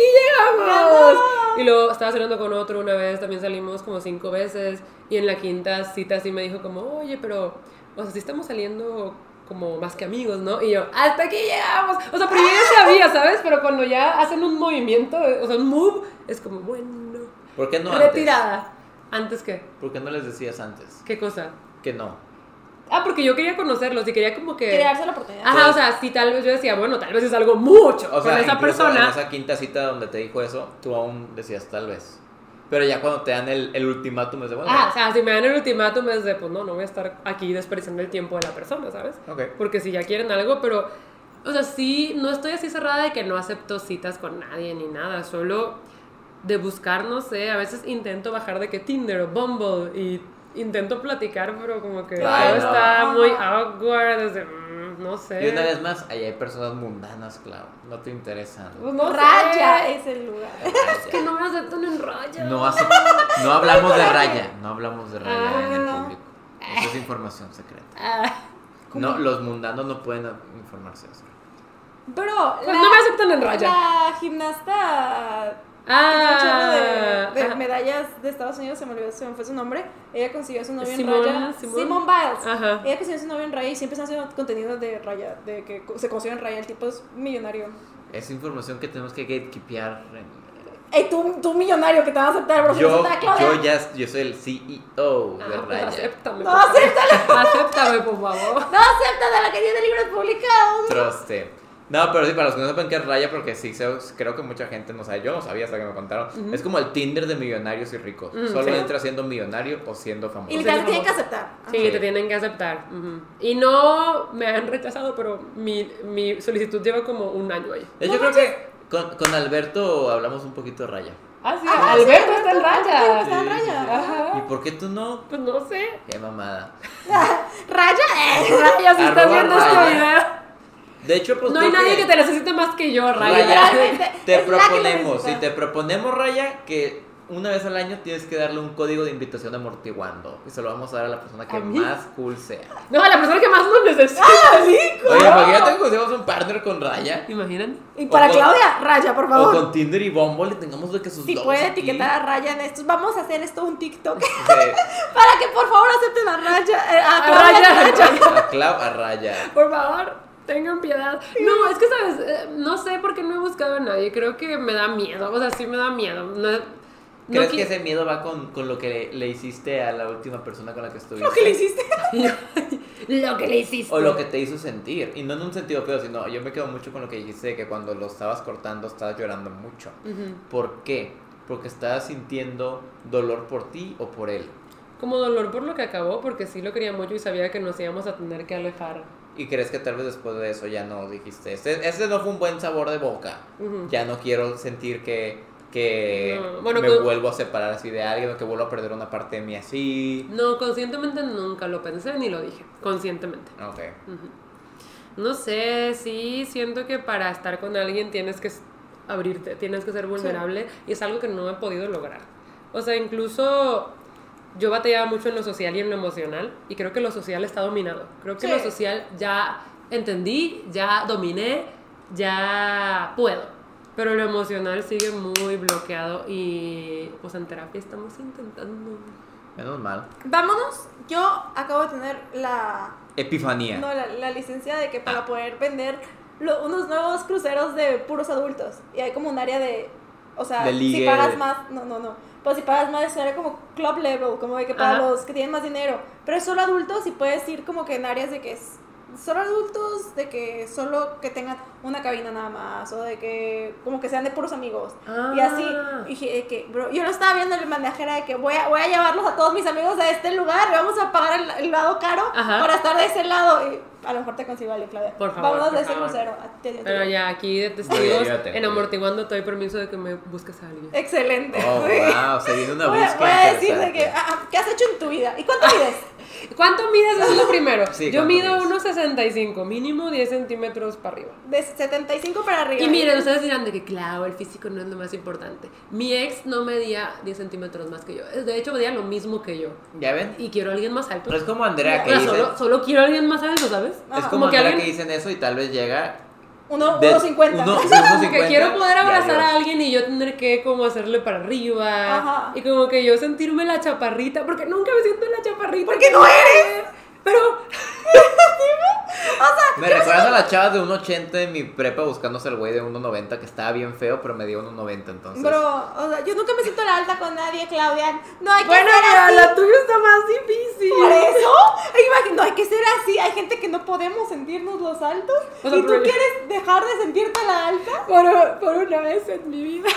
llegamos. Y luego estaba saliendo con otro una vez, también salimos como cinco veces. Y en la quinta cita sí me dijo como, oye, pero, o sea, sí estamos saliendo como más que amigos, ¿no? Y yo, hasta aquí llegamos. O sea, primero sabía, ¿sabes? Pero cuando ya hacen un movimiento, o sea, un move, es como, bueno,
¿Por qué no antes?
retirada. ¿Antes qué?
¿Por qué no les decías antes?
¿Qué cosa?
Que no.
Ah, porque yo quería conocerlos y quería como que...
Quería darse la oportunidad.
Ajá, o sea, sí, tal vez yo decía, bueno, tal vez es algo mucho
O
con
sea,
esa
incluso
persona.
En esa quinta cita donde te dijo eso, tú aún decías tal vez. Pero ya cuando te dan el, el ultimátum es de bueno.
Ah, o sea, si me dan el ultimátum es de, pues no, no voy a estar aquí desperdiciando el tiempo de la persona, ¿sabes?
ok.
Porque si ya quieren algo, pero, o sea, sí, no estoy así cerrada de que no acepto citas con nadie ni nada, solo de buscar, no sé, a veces intento bajar de que Tinder o Bumble y intento platicar, pero como que
Ay,
todo
no.
está muy awkward, desde, no sé.
Y una vez más, ahí hay personas mundanas, Clau. No te interesan.
Pues no sé.
Raya es el lugar.
Es que no me aceptan en raya.
No, hace- no hablamos de raya. No hablamos de raya en el
Ah.
público. Eso es información secreta.
Ah,
No, los mundanos no pueden informarse de eso.
Bro,
pues no me aceptan en raya.
la gimnasta
Ah,
Un chavo de, de
ah.
medallas de Estados Unidos, se me olvidó, se me fue su nombre. Ella consiguió a su novio
Simone-
en raya.
Simone.
Simone Biles.
Ajá.
Ella consiguió a su novio en raya y siempre están haciendo contenido de raya, de que co- se consiguió en raya. El tipo es millonario.
Es información que tenemos que gatekeepear. en-
Ey, tú, tú millonario que te va a aceptar, bro. si no
Yo,
acepta a Claudia.
yo ya yo soy el CEO de
Ah, pues
Raya.
acéptame.
No,
por favor. Acéptame, por favor.
No aceptas a la que tiene libros publicados.
Troste. No, pero sí, para los que no sepan qué es Raya, porque sí, se- creo que mucha gente no sabe. Yo no sabía hasta que me contaron. Es como el Tinder de millonarios y ricos.
Mm,
Solo
sí.
entras siendo millonario o siendo
Y
famoso.
le-
literalmente tienen que aceptar.
Sí,
Pues Sí.
te tienen que aceptar. ujú. Y no me han rechazado, pero mi, mi solicitud lleva como un año ahí.
Eh, Yo creo que con, con Alberto hablamos un poquito de Raya.
Ah, sí,
Ah,
Alberto
sí, Alberto
está en
Alberto
raya.
está en
Sí, sí,
raya.
Ajá.
¿Y por qué tú no?
Pues no sé.
Qué mamada.
Raya. eh.
Raya, si estás
Arroba
viendo este
Raya.
video.
De hecho, pues
No
tú
hay nadie que te necesite más que yo, Raya.
Literalmente,
te
es la que
proponemos,
necesita.
si te proponemos Raya, que una vez al año tienes que darle un código de invitación amortiguando. Y se lo vamos a dar a la persona que
¿A mí?
más cool sea.
No, la persona que más nos necesita.
Oye, imagínate que conseguimos un partner con Raya.
Imaginan.
Y para
O con-
Claudia, Raya, por
O
favor.
con Tinder y Bumble y tengamos de que sus
Si
logos
puede
aquí.
etiquetar a Raya en estos, vamos a hacer esto un TikTok
De-
para que por favor acepten a Raya. eh, a
A
Claudia
Raya.
Raya.
A Clau, a Raya.
Ah, Por favor, tengan piedad. No, es que, ¿sabes? Eh, No sé por qué no he buscado a nadie. Creo que me da miedo. O sea, sí me da miedo. No- No
¿Crees
qui-
que ese miedo va con, con lo que le hiciste a la última persona con la que estuviste?
Lo que le hiciste.
Lo que le hiciste.
O lo que te hizo sentir. Y no en un sentido feo, sino yo me quedo mucho con lo que dijiste de que cuando lo estabas cortando estabas llorando mucho.
Ujú.
¿Por qué? Porque estabas sintiendo dolor por ti o por él.
Como dolor por lo que acabó, porque sí lo quería mucho y sabía que nos íbamos a tener que alejar.
Y crees que tal vez después de eso ya no dijiste, este, este no fue un buen sabor de boca.
Ujú.
Ya no quiero sentir que, que
No, bueno,
me
con-
vuelvo a separar así de alguien o que vuelvo a perder una parte de mí así.
No, conscientemente nunca lo pensé ni lo dije. Conscientemente.
Ok.
Ujú. No sé, sí, siento que para estar con alguien tienes que s- abrirte, tienes que ser vulnerable y es algo que no he podido lograr. O sea, incluso yo batallaba mucho en lo social y en lo emocional y creo que lo social está dominado. Creo que
Sí.
lo social ya entendí, ya dominé, ya puedo. Pero lo emocional sigue muy bloqueado y pues en terapia estamos intentando.
Menos mal.
Vámonos. Yo acabo de tener la,
Epifanía.
no, la, la licencia de que para
Ah.
poder vender lo- unos nuevos cruceros de puros adultos. Y hay como un área de. O sea,
De
si
ligue.
pagas más. No, no, no. Pues si pagas más, eso era como club level, como de que para
Ajá.
los que tienen más dinero. Pero es solo adultos y puedes ir como que en áreas de que es. Solo adultos, de que solo que tengan una cabina nada más, o de que como que sean de puros amigos. Y así,
Ah.
y dije, de que, bro, yo no estaba viendo el manejera de que voy a, voy a llevarlos a todos mis amigos a este lugar, y vamos a pagar el, el lado caro
Ajá.
para estar de ese lado. Y a lo mejor te consigo a alguien, Claudia.
Por favor,
Vámonos
por
de ese
favor.
crucero. A- te- te-
Pero
te-
ya aquí de testigos,
Oye, yo te-
en amortiguando, te doy permiso de que me busques a alguien.
Excelente.
Oh,
Muy bien.
wow, se viene una
voy, a,
búsqueda.
voy a decir de
interesante.
que, ah, ah, ¿qué has hecho en tu vida? ¿Y
Ah.
cuánto mides?
¿Cuánto mides? Eso es lo primero.
Sí,
Yo
¿cuánto
mido
mides?
1,65, mínimo 10 centímetros para arriba.
De 75 para arriba.
Y miren, ustedes dirán de que, claro, el físico no es lo más importante. Mi ex no medía 10 centímetros más que yo. De hecho, medía lo mismo que yo.
¿Ya ven?
Y quiero a alguien más alto.
Pero es como Andrea que
Pero
dice.
solo, solo quiero a alguien más alto, ¿sabes?
Ah,
Es
Ajá.
como,
Como que
Andrea que,
alguien-
dicen eso y tal vez llega.
Uno-
de-
1.50.
uno-
Como que
1.50,
quiero poder
y
abrazar
adiós.
a alguien y yo tener que como hacerle para arriba.
Ajá.
Y como que yo sentirme la chaparrita, porque nunca me siento la chaparrita.
Porque no eres.
Pero
Me recuerdan a las chavas de 1.80 en mi prepa buscándose al güey de 1.90 que estaba bien feo, pero me dio 1.90 entonces.
Bro, o sea, yo nunca me siento a la alta con nadie, Claudia. No hay que
Bueno,
ser
pero
así.
la tuya está más difícil.
¿Por eso? e Imagi- no hay que ser así. Hay gente que no podemos sentirnos los altos.
O sea,
¿Y tú
pero-
quieres dejar de sentirte la alta?
Por, por una vez en mi vida.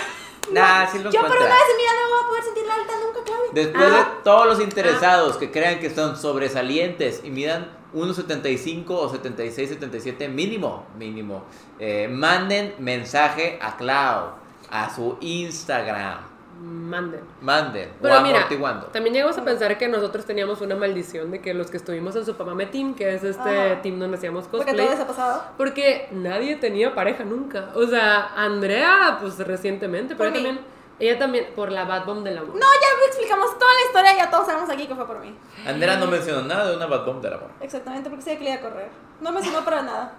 Nah, sí lo
Yo por
encuentra.
una vez en mi vida no me voy a poder sentir la alta nunca, Claudia.
Después
Ah.
de todos los interesados que crean que son sobresalientes y midan 1.75 o 76, 77 mínimo, mínimo, eh, manden mensaje a Clau, a su Instagram.
Manden.
Manden.
Pero
o
mira,
amortiguando.
también llegamos a pensar que nosotros teníamos una maldición de que los que estuvimos en su Pamame Team, que es este
Ajá.
team donde hacíamos
Porque
cosplay,
todo les ha pasado.
porque nadie tenía pareja nunca. O sea, Andrea, pues recientemente,
Por
pero
mí.
ella también, ella también, por la Bad Bomb de la amor.
No, ya explicamos toda la historia y ya todos sabemos aquí que fue por mí.
Andrea
eh,
no mencionó nada de una Bad Bomb del amor.
Exactamente, porque sé que le iba a correr. No me sumó para nada.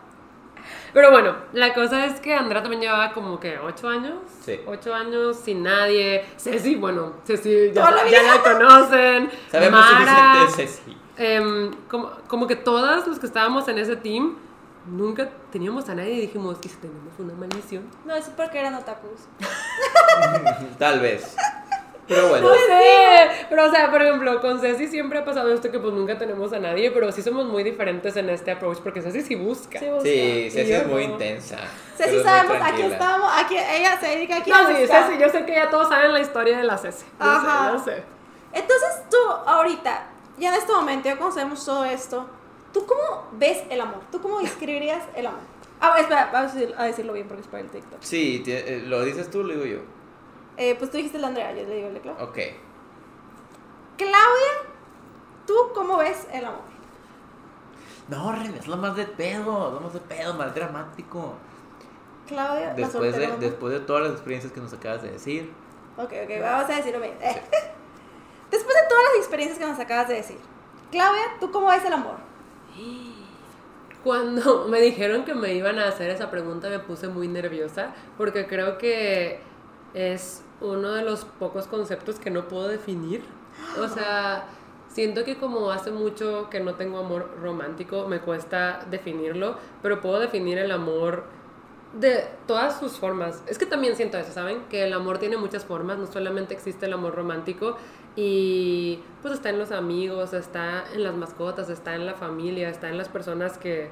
Pero bueno, la cosa es que Andrea también llevaba como que ocho años.
Sí.
Ocho años sin nadie. Ceci, bueno, Ceci ya,
Toda la
ya
vida.
la conocen.
Sabemos
Mara,
suficiente de Ceci.
em, como, como que todas los que estábamos en ese team nunca teníamos a nadie y dijimos, ¿y si tenemos una maldición?
No, es porque eran otakus.
Tal vez. Pero bueno.
Pues
No sé, pero o sea, por ejemplo, con Ceci siempre ha pasado esto que pues nunca tenemos a nadie, pero sí somos muy diferentes en este approach porque Ceci sí busca.
Sí, busca.
Sí, Ceci
yo
es muy
no.
intensa. pero
Ceci
es muy
sabemos, aquí
tranquila.
estamos, aquí, ella se dedica aquí
No,
a
sí,
buscar.
Ceci, yo sé que ya todos saben la historia de la Ceci. Yo
Ajá.
sé, yo sé.
Entonces tú, ahorita, ya en este momento, ya conocemos todo esto, ¿tú cómo ves el amor? ¿Tú cómo describirías el amor? Ah, espera, vamos a, decir- a decirlo bien porque es para el TikTok.
Sí, ti- eh, lo dices tú, lo digo yo.
Eh, pues tú dijiste la Andrea, yo le digo el de Clau.
Ok.
Claudia, ¿tú cómo ves el amor?
No, Ren, es lo más de pedo, lo más de pedo, más dramático.
Eh,
Claudia, la
Después de,
solterona.
después de todas las experiencias que nos acabas de decir,
Ok, ok, vamos a decirlo bien. Eh. Después de todas las experiencias que nos acabas de decir, Claudia, ¿tú cómo ves el amor?
Cuando me dijeron que me iban a hacer esa pregunta me puse muy nerviosa porque creo que es uno de los pocos conceptos que no puedo definir. O sea, siento que como hace mucho que no tengo amor romántico, me cuesta definirlo, pero puedo definir el amor de todas sus formas. Es que también siento eso, ¿saben? Que el amor tiene muchas formas, no solamente existe el amor romántico y pues está en los amigos, está en las mascotas, está en la familia, está en las personas que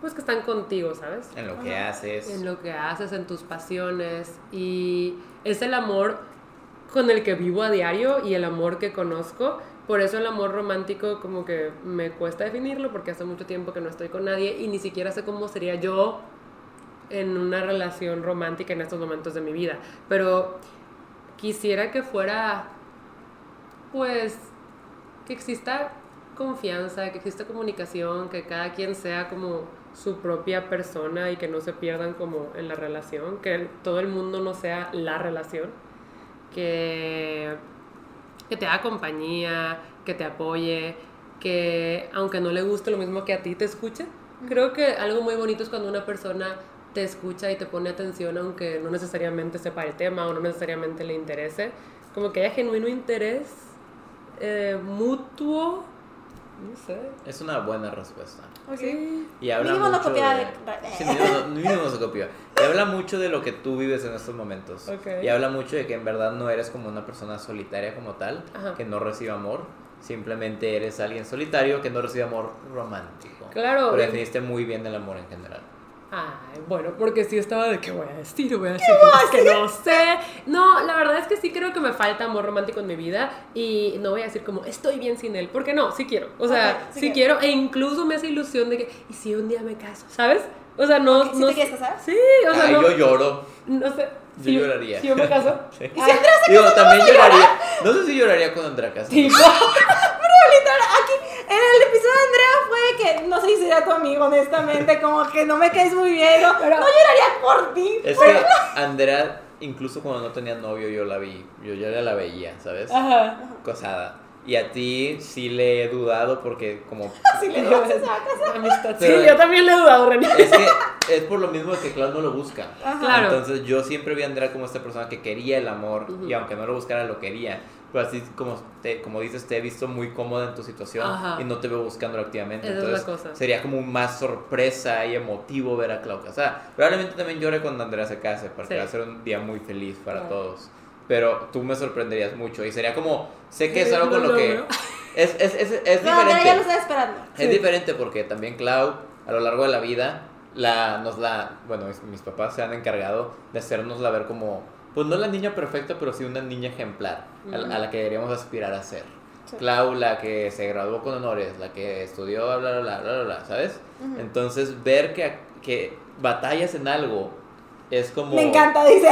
pues que están contigo, ¿sabes?
En lo que haces.
En lo que haces, en tus pasiones y es el amor con el que vivo a diario y el amor que conozco. Por eso el amor romántico como que me cuesta definirlo porque hace mucho tiempo que no estoy con nadie y ni siquiera sé cómo sería yo en una relación romántica en estos momentos de mi vida. Pero quisiera que fuera, pues, que exista confianza, que exista comunicación, que cada quien sea como su propia persona y que no se pierdan como en la relación, que todo el mundo no sea la relación, que, que te haga compañía, que te apoye, que aunque no le guste lo mismo que a ti, te escuche. Creo que algo muy bonito es cuando una persona te escucha y te pone atención aunque no necesariamente sepa el tema o no necesariamente le interese. Como que haya genuino interés eh, mutuo. No sé.
Es una buena respuesta.
Ok.
Y habla
Mínimo no
mucho
copiaba
de-
de-
Sí, mínimo, no- mínimo se copió. Y habla mucho de lo que tú vives en estos momentos.
Ok.
Y habla mucho de que en verdad no eres como una persona solitaria como tal,
Ajá.
que no recibe amor. Simplemente eres alguien solitario que no recibe amor romántico.
Claro,
Pero
bien.
definiste muy bien el amor en general.
Ay, bueno, porque sí estaba de qué voy a decir, voy a decir cosas que no sé. No, la verdad es que sí creo que me falta amor romántico en mi vida y no voy a decir como estoy bien sin él, porque no, sí quiero. O sea,
Ok, sí
sí, quiero e incluso me hace ilusión de que y si un día me caso, ¿sabes? O sea, no
Ok, ¿sí
no
te quieres casar?
Sí, o sea,
Ay,
no,
yo lloro.
no sé.
yo
si-
lloraría.
Si yo me caso.
Sí.
Y si entras
Digo, también lloraría. No sé si lloraría cuando entré a casa.
Digo,
literal, aquí, en el episodio de Andrea fue que no sé si era tu amigo, honestamente, como que no me caes muy bien, no,
Pero-
no lloraría por ti.
Es que Andrea, incluso cuando no tenía novio, yo la vi. Yo ya la veía, ¿sabes?
ajá.
Cosada. Y a ti sí le he dudado porque como...
Si le digo, se va a casar.
Amistad. Sí,
Pero-
yo también le he dudado, René.
Es que es por lo mismo que Cloud no lo busca.
Claro.
Entonces yo siempre vi a Andrea como esta persona que quería el amor
Ujú.
y aunque no lo buscara lo quería. Pero así como, te- como dices, te he visto muy cómoda en tu situación
Ajá.
y no te veo buscándolo activamente.
Esa es la
Entonces
cosa.
sería como más sorpresa y emotivo ver a Clau casada. Probablemente también llore cuando Andrea se case porque
Sí.
va a ser un día muy feliz para
Claro.
todos. Pero tú me sorprenderías mucho y sería como, sé que es
Sí,
algo con
lo
lo que...
logro.
Es, es, es, es diferente.
No, Andrea ya lo estaba esperando.
Es diferente porque también Clau, a lo largo de la vida, la, nos la, bueno, mis, mis papás se han encargado de hacernosla ver como, pues no la niña perfecta, pero sí una niña ejemplar, a, la- a la que deberíamos aspirar a ser.
Sí.
Clau, la que se graduó con honores, la que estudió, bla, bla, bla, bla, bla, bla, ¿sabes?
Ujú.
Entonces, ver que, que batallas en algo es como...
Me encanta, dice.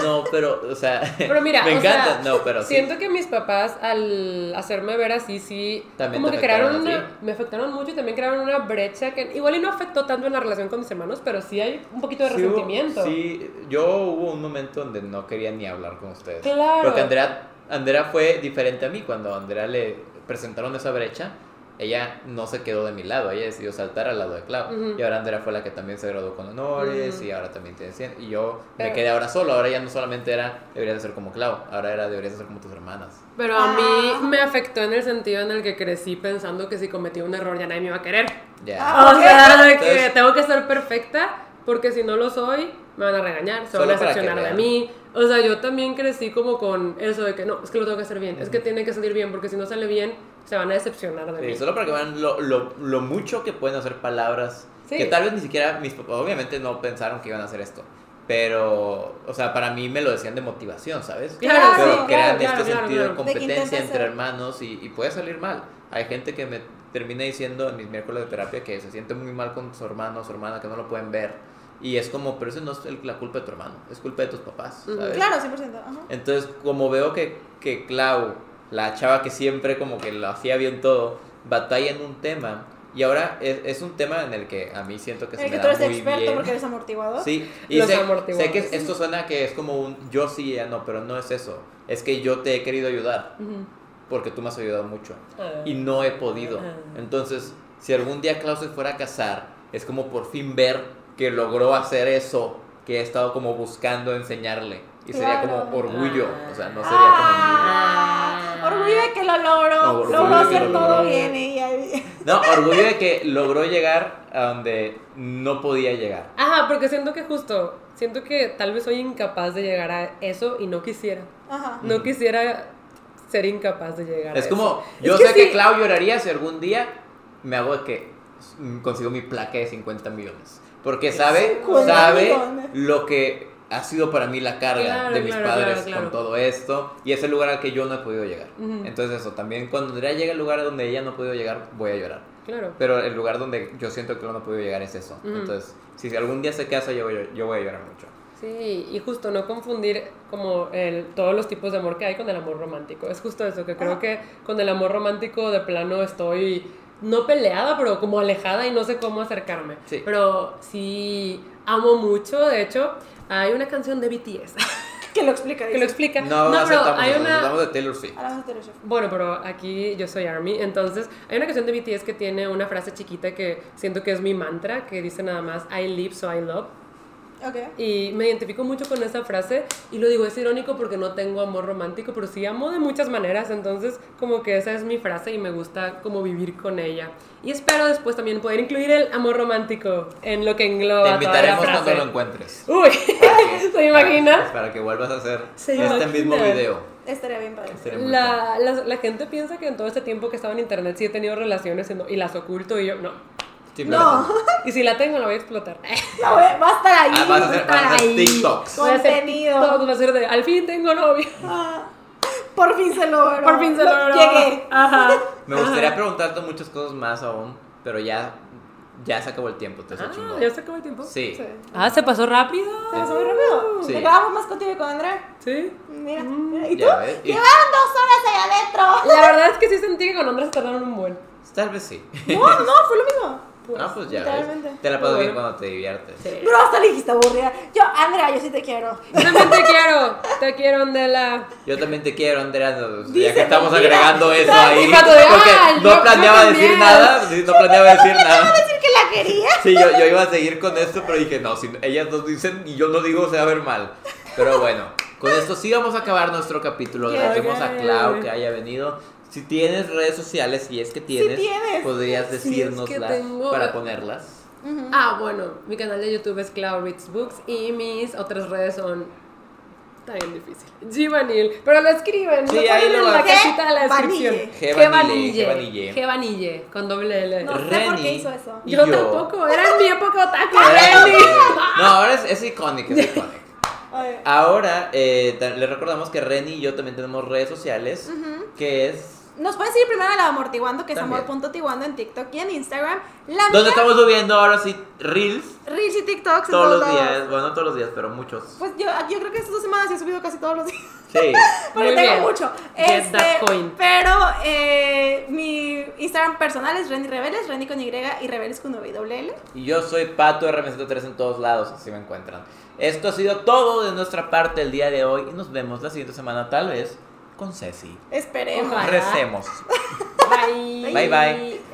No, pero, o sea...
Pero mira,
me
o
encanta,
sea,
no, pero sí.
Siento que mis papás al hacerme ver así, sí,
También
como
te
que crearon
afectaron a
una, me afectaron mucho y también crearon una brecha que igual y no afectó tanto en la relación con mis hermanos, pero sí hay un poquito de
Sí hubo-
resentimiento.
sí, yo hubo un momento donde no quería ni hablar con ustedes.
Claro.
Porque Andrea, Andrea fue diferente a mí. Cuando a Andrea le presentaron esa brecha, ella no se quedó de mi lado. Ella decidió saltar al lado de Clau.
Ujú.
Y ahora Andrea fue la que también se graduó con honores
Ujú.
y ahora también tiene 100. Y yo
Pero-
me quedé ahora solo. Ahora ya no solamente era deberías de ser como Clau, ahora era deberías de ser como tus hermanas.
Pero a
Ah.
mí me afectó en el sentido en el que crecí pensando que si cometí un error ya nadie me iba a querer.
Ya.
Ah,
O sea, de que
Entonces-
tengo que ser perfecta porque si no lo soy, me van a regañar, se van a
Solo para que
decepcionar de
vean.
mí. O sea, yo también crecí como con eso de que no, es que lo tengo que hacer bien, es que tiene que salir bien porque si no sale bien, se van a decepcionar de
Sí,
mí.
solo para que vean lo, lo- lo mucho que pueden hacer palabras.
Sí.
Que tal vez ni siquiera mis papás, obviamente no pensaron que iban a hacer esto. Pero, o sea, para mí me lo decían de motivación, ¿sabes?
Claro,
pero
sí,
que era
claro,
en este
claro,
sentido
claro.
de
De que
competencia
intentas
entre
ser-
hermanos y, y puede salir mal. Hay gente que me termina diciendo en mis miércoles de terapia que se siente muy mal con su hermano o su hermana, que no lo pueden ver. Y es como, pero eso no es el- la culpa de tu hermano, es culpa de tus papás,
Ujú.
¿sabes?
Claro, 100%. ajá.
Entonces, como veo que, que Clau, la chava que siempre como que lo hacía bien todo, batalla en un tema. Y ahora es, es un tema en el que a mí siento que
En
se
el
me
que tú
da
eres
muy
experto
bien.
porque eres amortiguador.
Sí, y
Los
sé,
amortiguadores.
sé que esto suena que es como un yo sí, ella no, pero no es eso. Es que yo te he querido ayudar
Ujú.
porque tú me has ayudado mucho
Ah.
y no he podido.
Ah.
Entonces, si algún día Klaus se fuera a casar, es como por fin ver que logró hacer eso que he estado como buscando enseñarle. Y sería
Claro.
como orgullo, o sea, no sería como envidia.
Ah, Orgullo de que lo logró.
Orgullo
logró
de que
hacer
lo
todo
logró.
bien. Y, y-
No, orgullo de que logró llegar a donde no podía llegar.
Ajá, porque siento que justo, siento que tal vez soy incapaz de llegar a eso y no quisiera.
ajá.
No quisiera ser incapaz de llegar a
Es como,
eso.
yo
Es
sé que
sí,
Clau lloraría si algún día me hago de que mm, consigo mi placa de 50 millones. Porque sabe,
50
sabe
millones.
lo que ha sido para mí la carga
Claro,
de mis
claro,
padres
claro, claro.
con todo esto. Y es el lugar al que yo no he podido llegar.
Ujú.
Entonces eso, también cuando Andrea llegue al lugar donde ella no ha podido llegar, voy a llorar.
Claro.
Pero el lugar donde yo siento que Clau no ha podido llegar es eso.
Ujú.
Entonces, si algún día se casa, yo voy, a- yo voy a llorar mucho.
Sí, y justo no confundir como el, todos los tipos de amor que hay con el amor romántico. Es justo eso, que creo
Ajá.
que con el amor romántico de plano estoy no peleada, pero como alejada y no sé cómo acercarme.
Sí.
Pero sí amo mucho, de hecho, hay una canción de BTS
Que lo explica.
que lo explica.
No, no
pero
aceptamos,
hay
eso,
una...
aceptamos de Taylor Swift.
Hablamos de los
Bueno, pero aquí yo soy Army, entonces hay una canción de BTS que tiene una frase chiquita que siento que es mi mantra, que dice nada más I live so I love.
Ok.
Y me identifico mucho con esa frase y lo digo, es irónico porque no tengo amor romántico, pero sí amo de muchas maneras, entonces como que esa es mi frase y me gusta como vivir con ella. Y espero después también poder incluir el amor romántico en lo que engloba
Te
toda la
invitaremos cuando
frase.
lo encuentres.
Uy, ¿se
Para,
imagina?
para que vuelvas a hacer
¿Se
este
imagina?
mismo video. Este
Estaría bien padre.
Estaría muy padre.
La, la, la gente piensa que en todo este tiempo que estaba en internet sí he tenido relaciones y, no- y las oculto y yo no.
Sí, pero-
No,
Y si la tengo la voy a explotar.
no, eh, va a estar ahí.
Ah, vas a hacer,
va a
vas a
estar
hacer
ahí.
TikToks.
Voy a hacer
Contenido.
TikToks, va a ser de al fin tengo novio.
Ah, por fin se logró.
Por fin se logró.
Llegué.
Ajá.
Me
Ah.
gustaría preguntarte muchas cosas más aún, pero ya, ya se acabó el tiempo, entonces
Ah,
chingón.
¿Ya se acabó el tiempo?
Sí.
Sí.
Ah, ¿se pasó rápido?
¿Estás muy rápido?
Sí. Mm,
¿Te grabamos más contigo con Andrea?
Sí.
Mira. ¿Y tú?
Ya ves, y-
Llevaban dos horas allá adentro.
La verdad es que sí sentí que con Andrés tardaron un buen.
Tal vez sí.
No, no, fue lo mismo.
Ah, pues ya
literalmente.
ves. Te la paso bien
Bueno.
cuando te diviertes.
Bro, hasta le dijiste aburrida. Yo, Andrea, yo sí te quiero.
Yo también te quiero. Te quiero, Andela.
Yo también te quiero, Andrea. no, o sea,
Dice
ya que estamos
mentira.
agregando eso
Ay,
ahí.
cuando de, ay,
Porque
yo- yo
no planeaba decir
también.
nada. sí, No planeaba decir nada.
decir que la quería?
Sí, yo, yo iba a seguir con esto, pero dije, no, si ellas nos dicen y yo no digo, se va a ver mal. Pero bueno, con esto sí vamos a acabar nuestro capítulo.
Yeah.
Agradecemos a
Ok.
Clau que haya venido. Si tienes redes sociales, si es que tienes,
tienes.
podrías
es que
decírnoslas
tengo.
para ponerlas.
Ah, bueno, mi canal de YouTube es Clau Reads Books y mis otras redes son. Está bien difícil. Gvanil. Pero lo escriben.
Sí,
lo
ahí
ponen
lo
en
van
la
a-
cajita de la
Vanille.
descripción.
G.
G.
Vanille, G.
Vanille. G. Vanille. Con doble L.
No sé por qué hizo eso.
y
yo, tampoco. Era en mi época otaku.
Renny. No, ahora es, es icónico, es icónico.
Ay,
Ahora eh, ta- le recordamos que Renny y yo también tenemos redes sociales, que es...
Nos pueden seguir primero a la amortiguando, que es
También.
amor.tiguando en TikTok y en Instagram. La
Donde
mía,
estamos subiendo ahora sí reels
Reels y TikToks en
todos los
lados.
días. Bueno, no todos los días, pero muchos.
Pues yo, yo creo que estas dos semanas he subido casi todos los días.
Sí.
Porque
Muy
tengo
bien.
mucho.
Get
Este,
that coin.
Pero eh, mi Instagram personal es Renny Rebeles, Renny con Y y Rebeles con V y doble L.
Y yo soy Pato RM103 en todos lados, así me encuentran. Esto ha sido todo de nuestra parte el día de hoy y nos vemos la siguiente semana tal vez con Ceci.
Esperemos.
Ojalá.
Recemos.
Bye.
Bye, bye.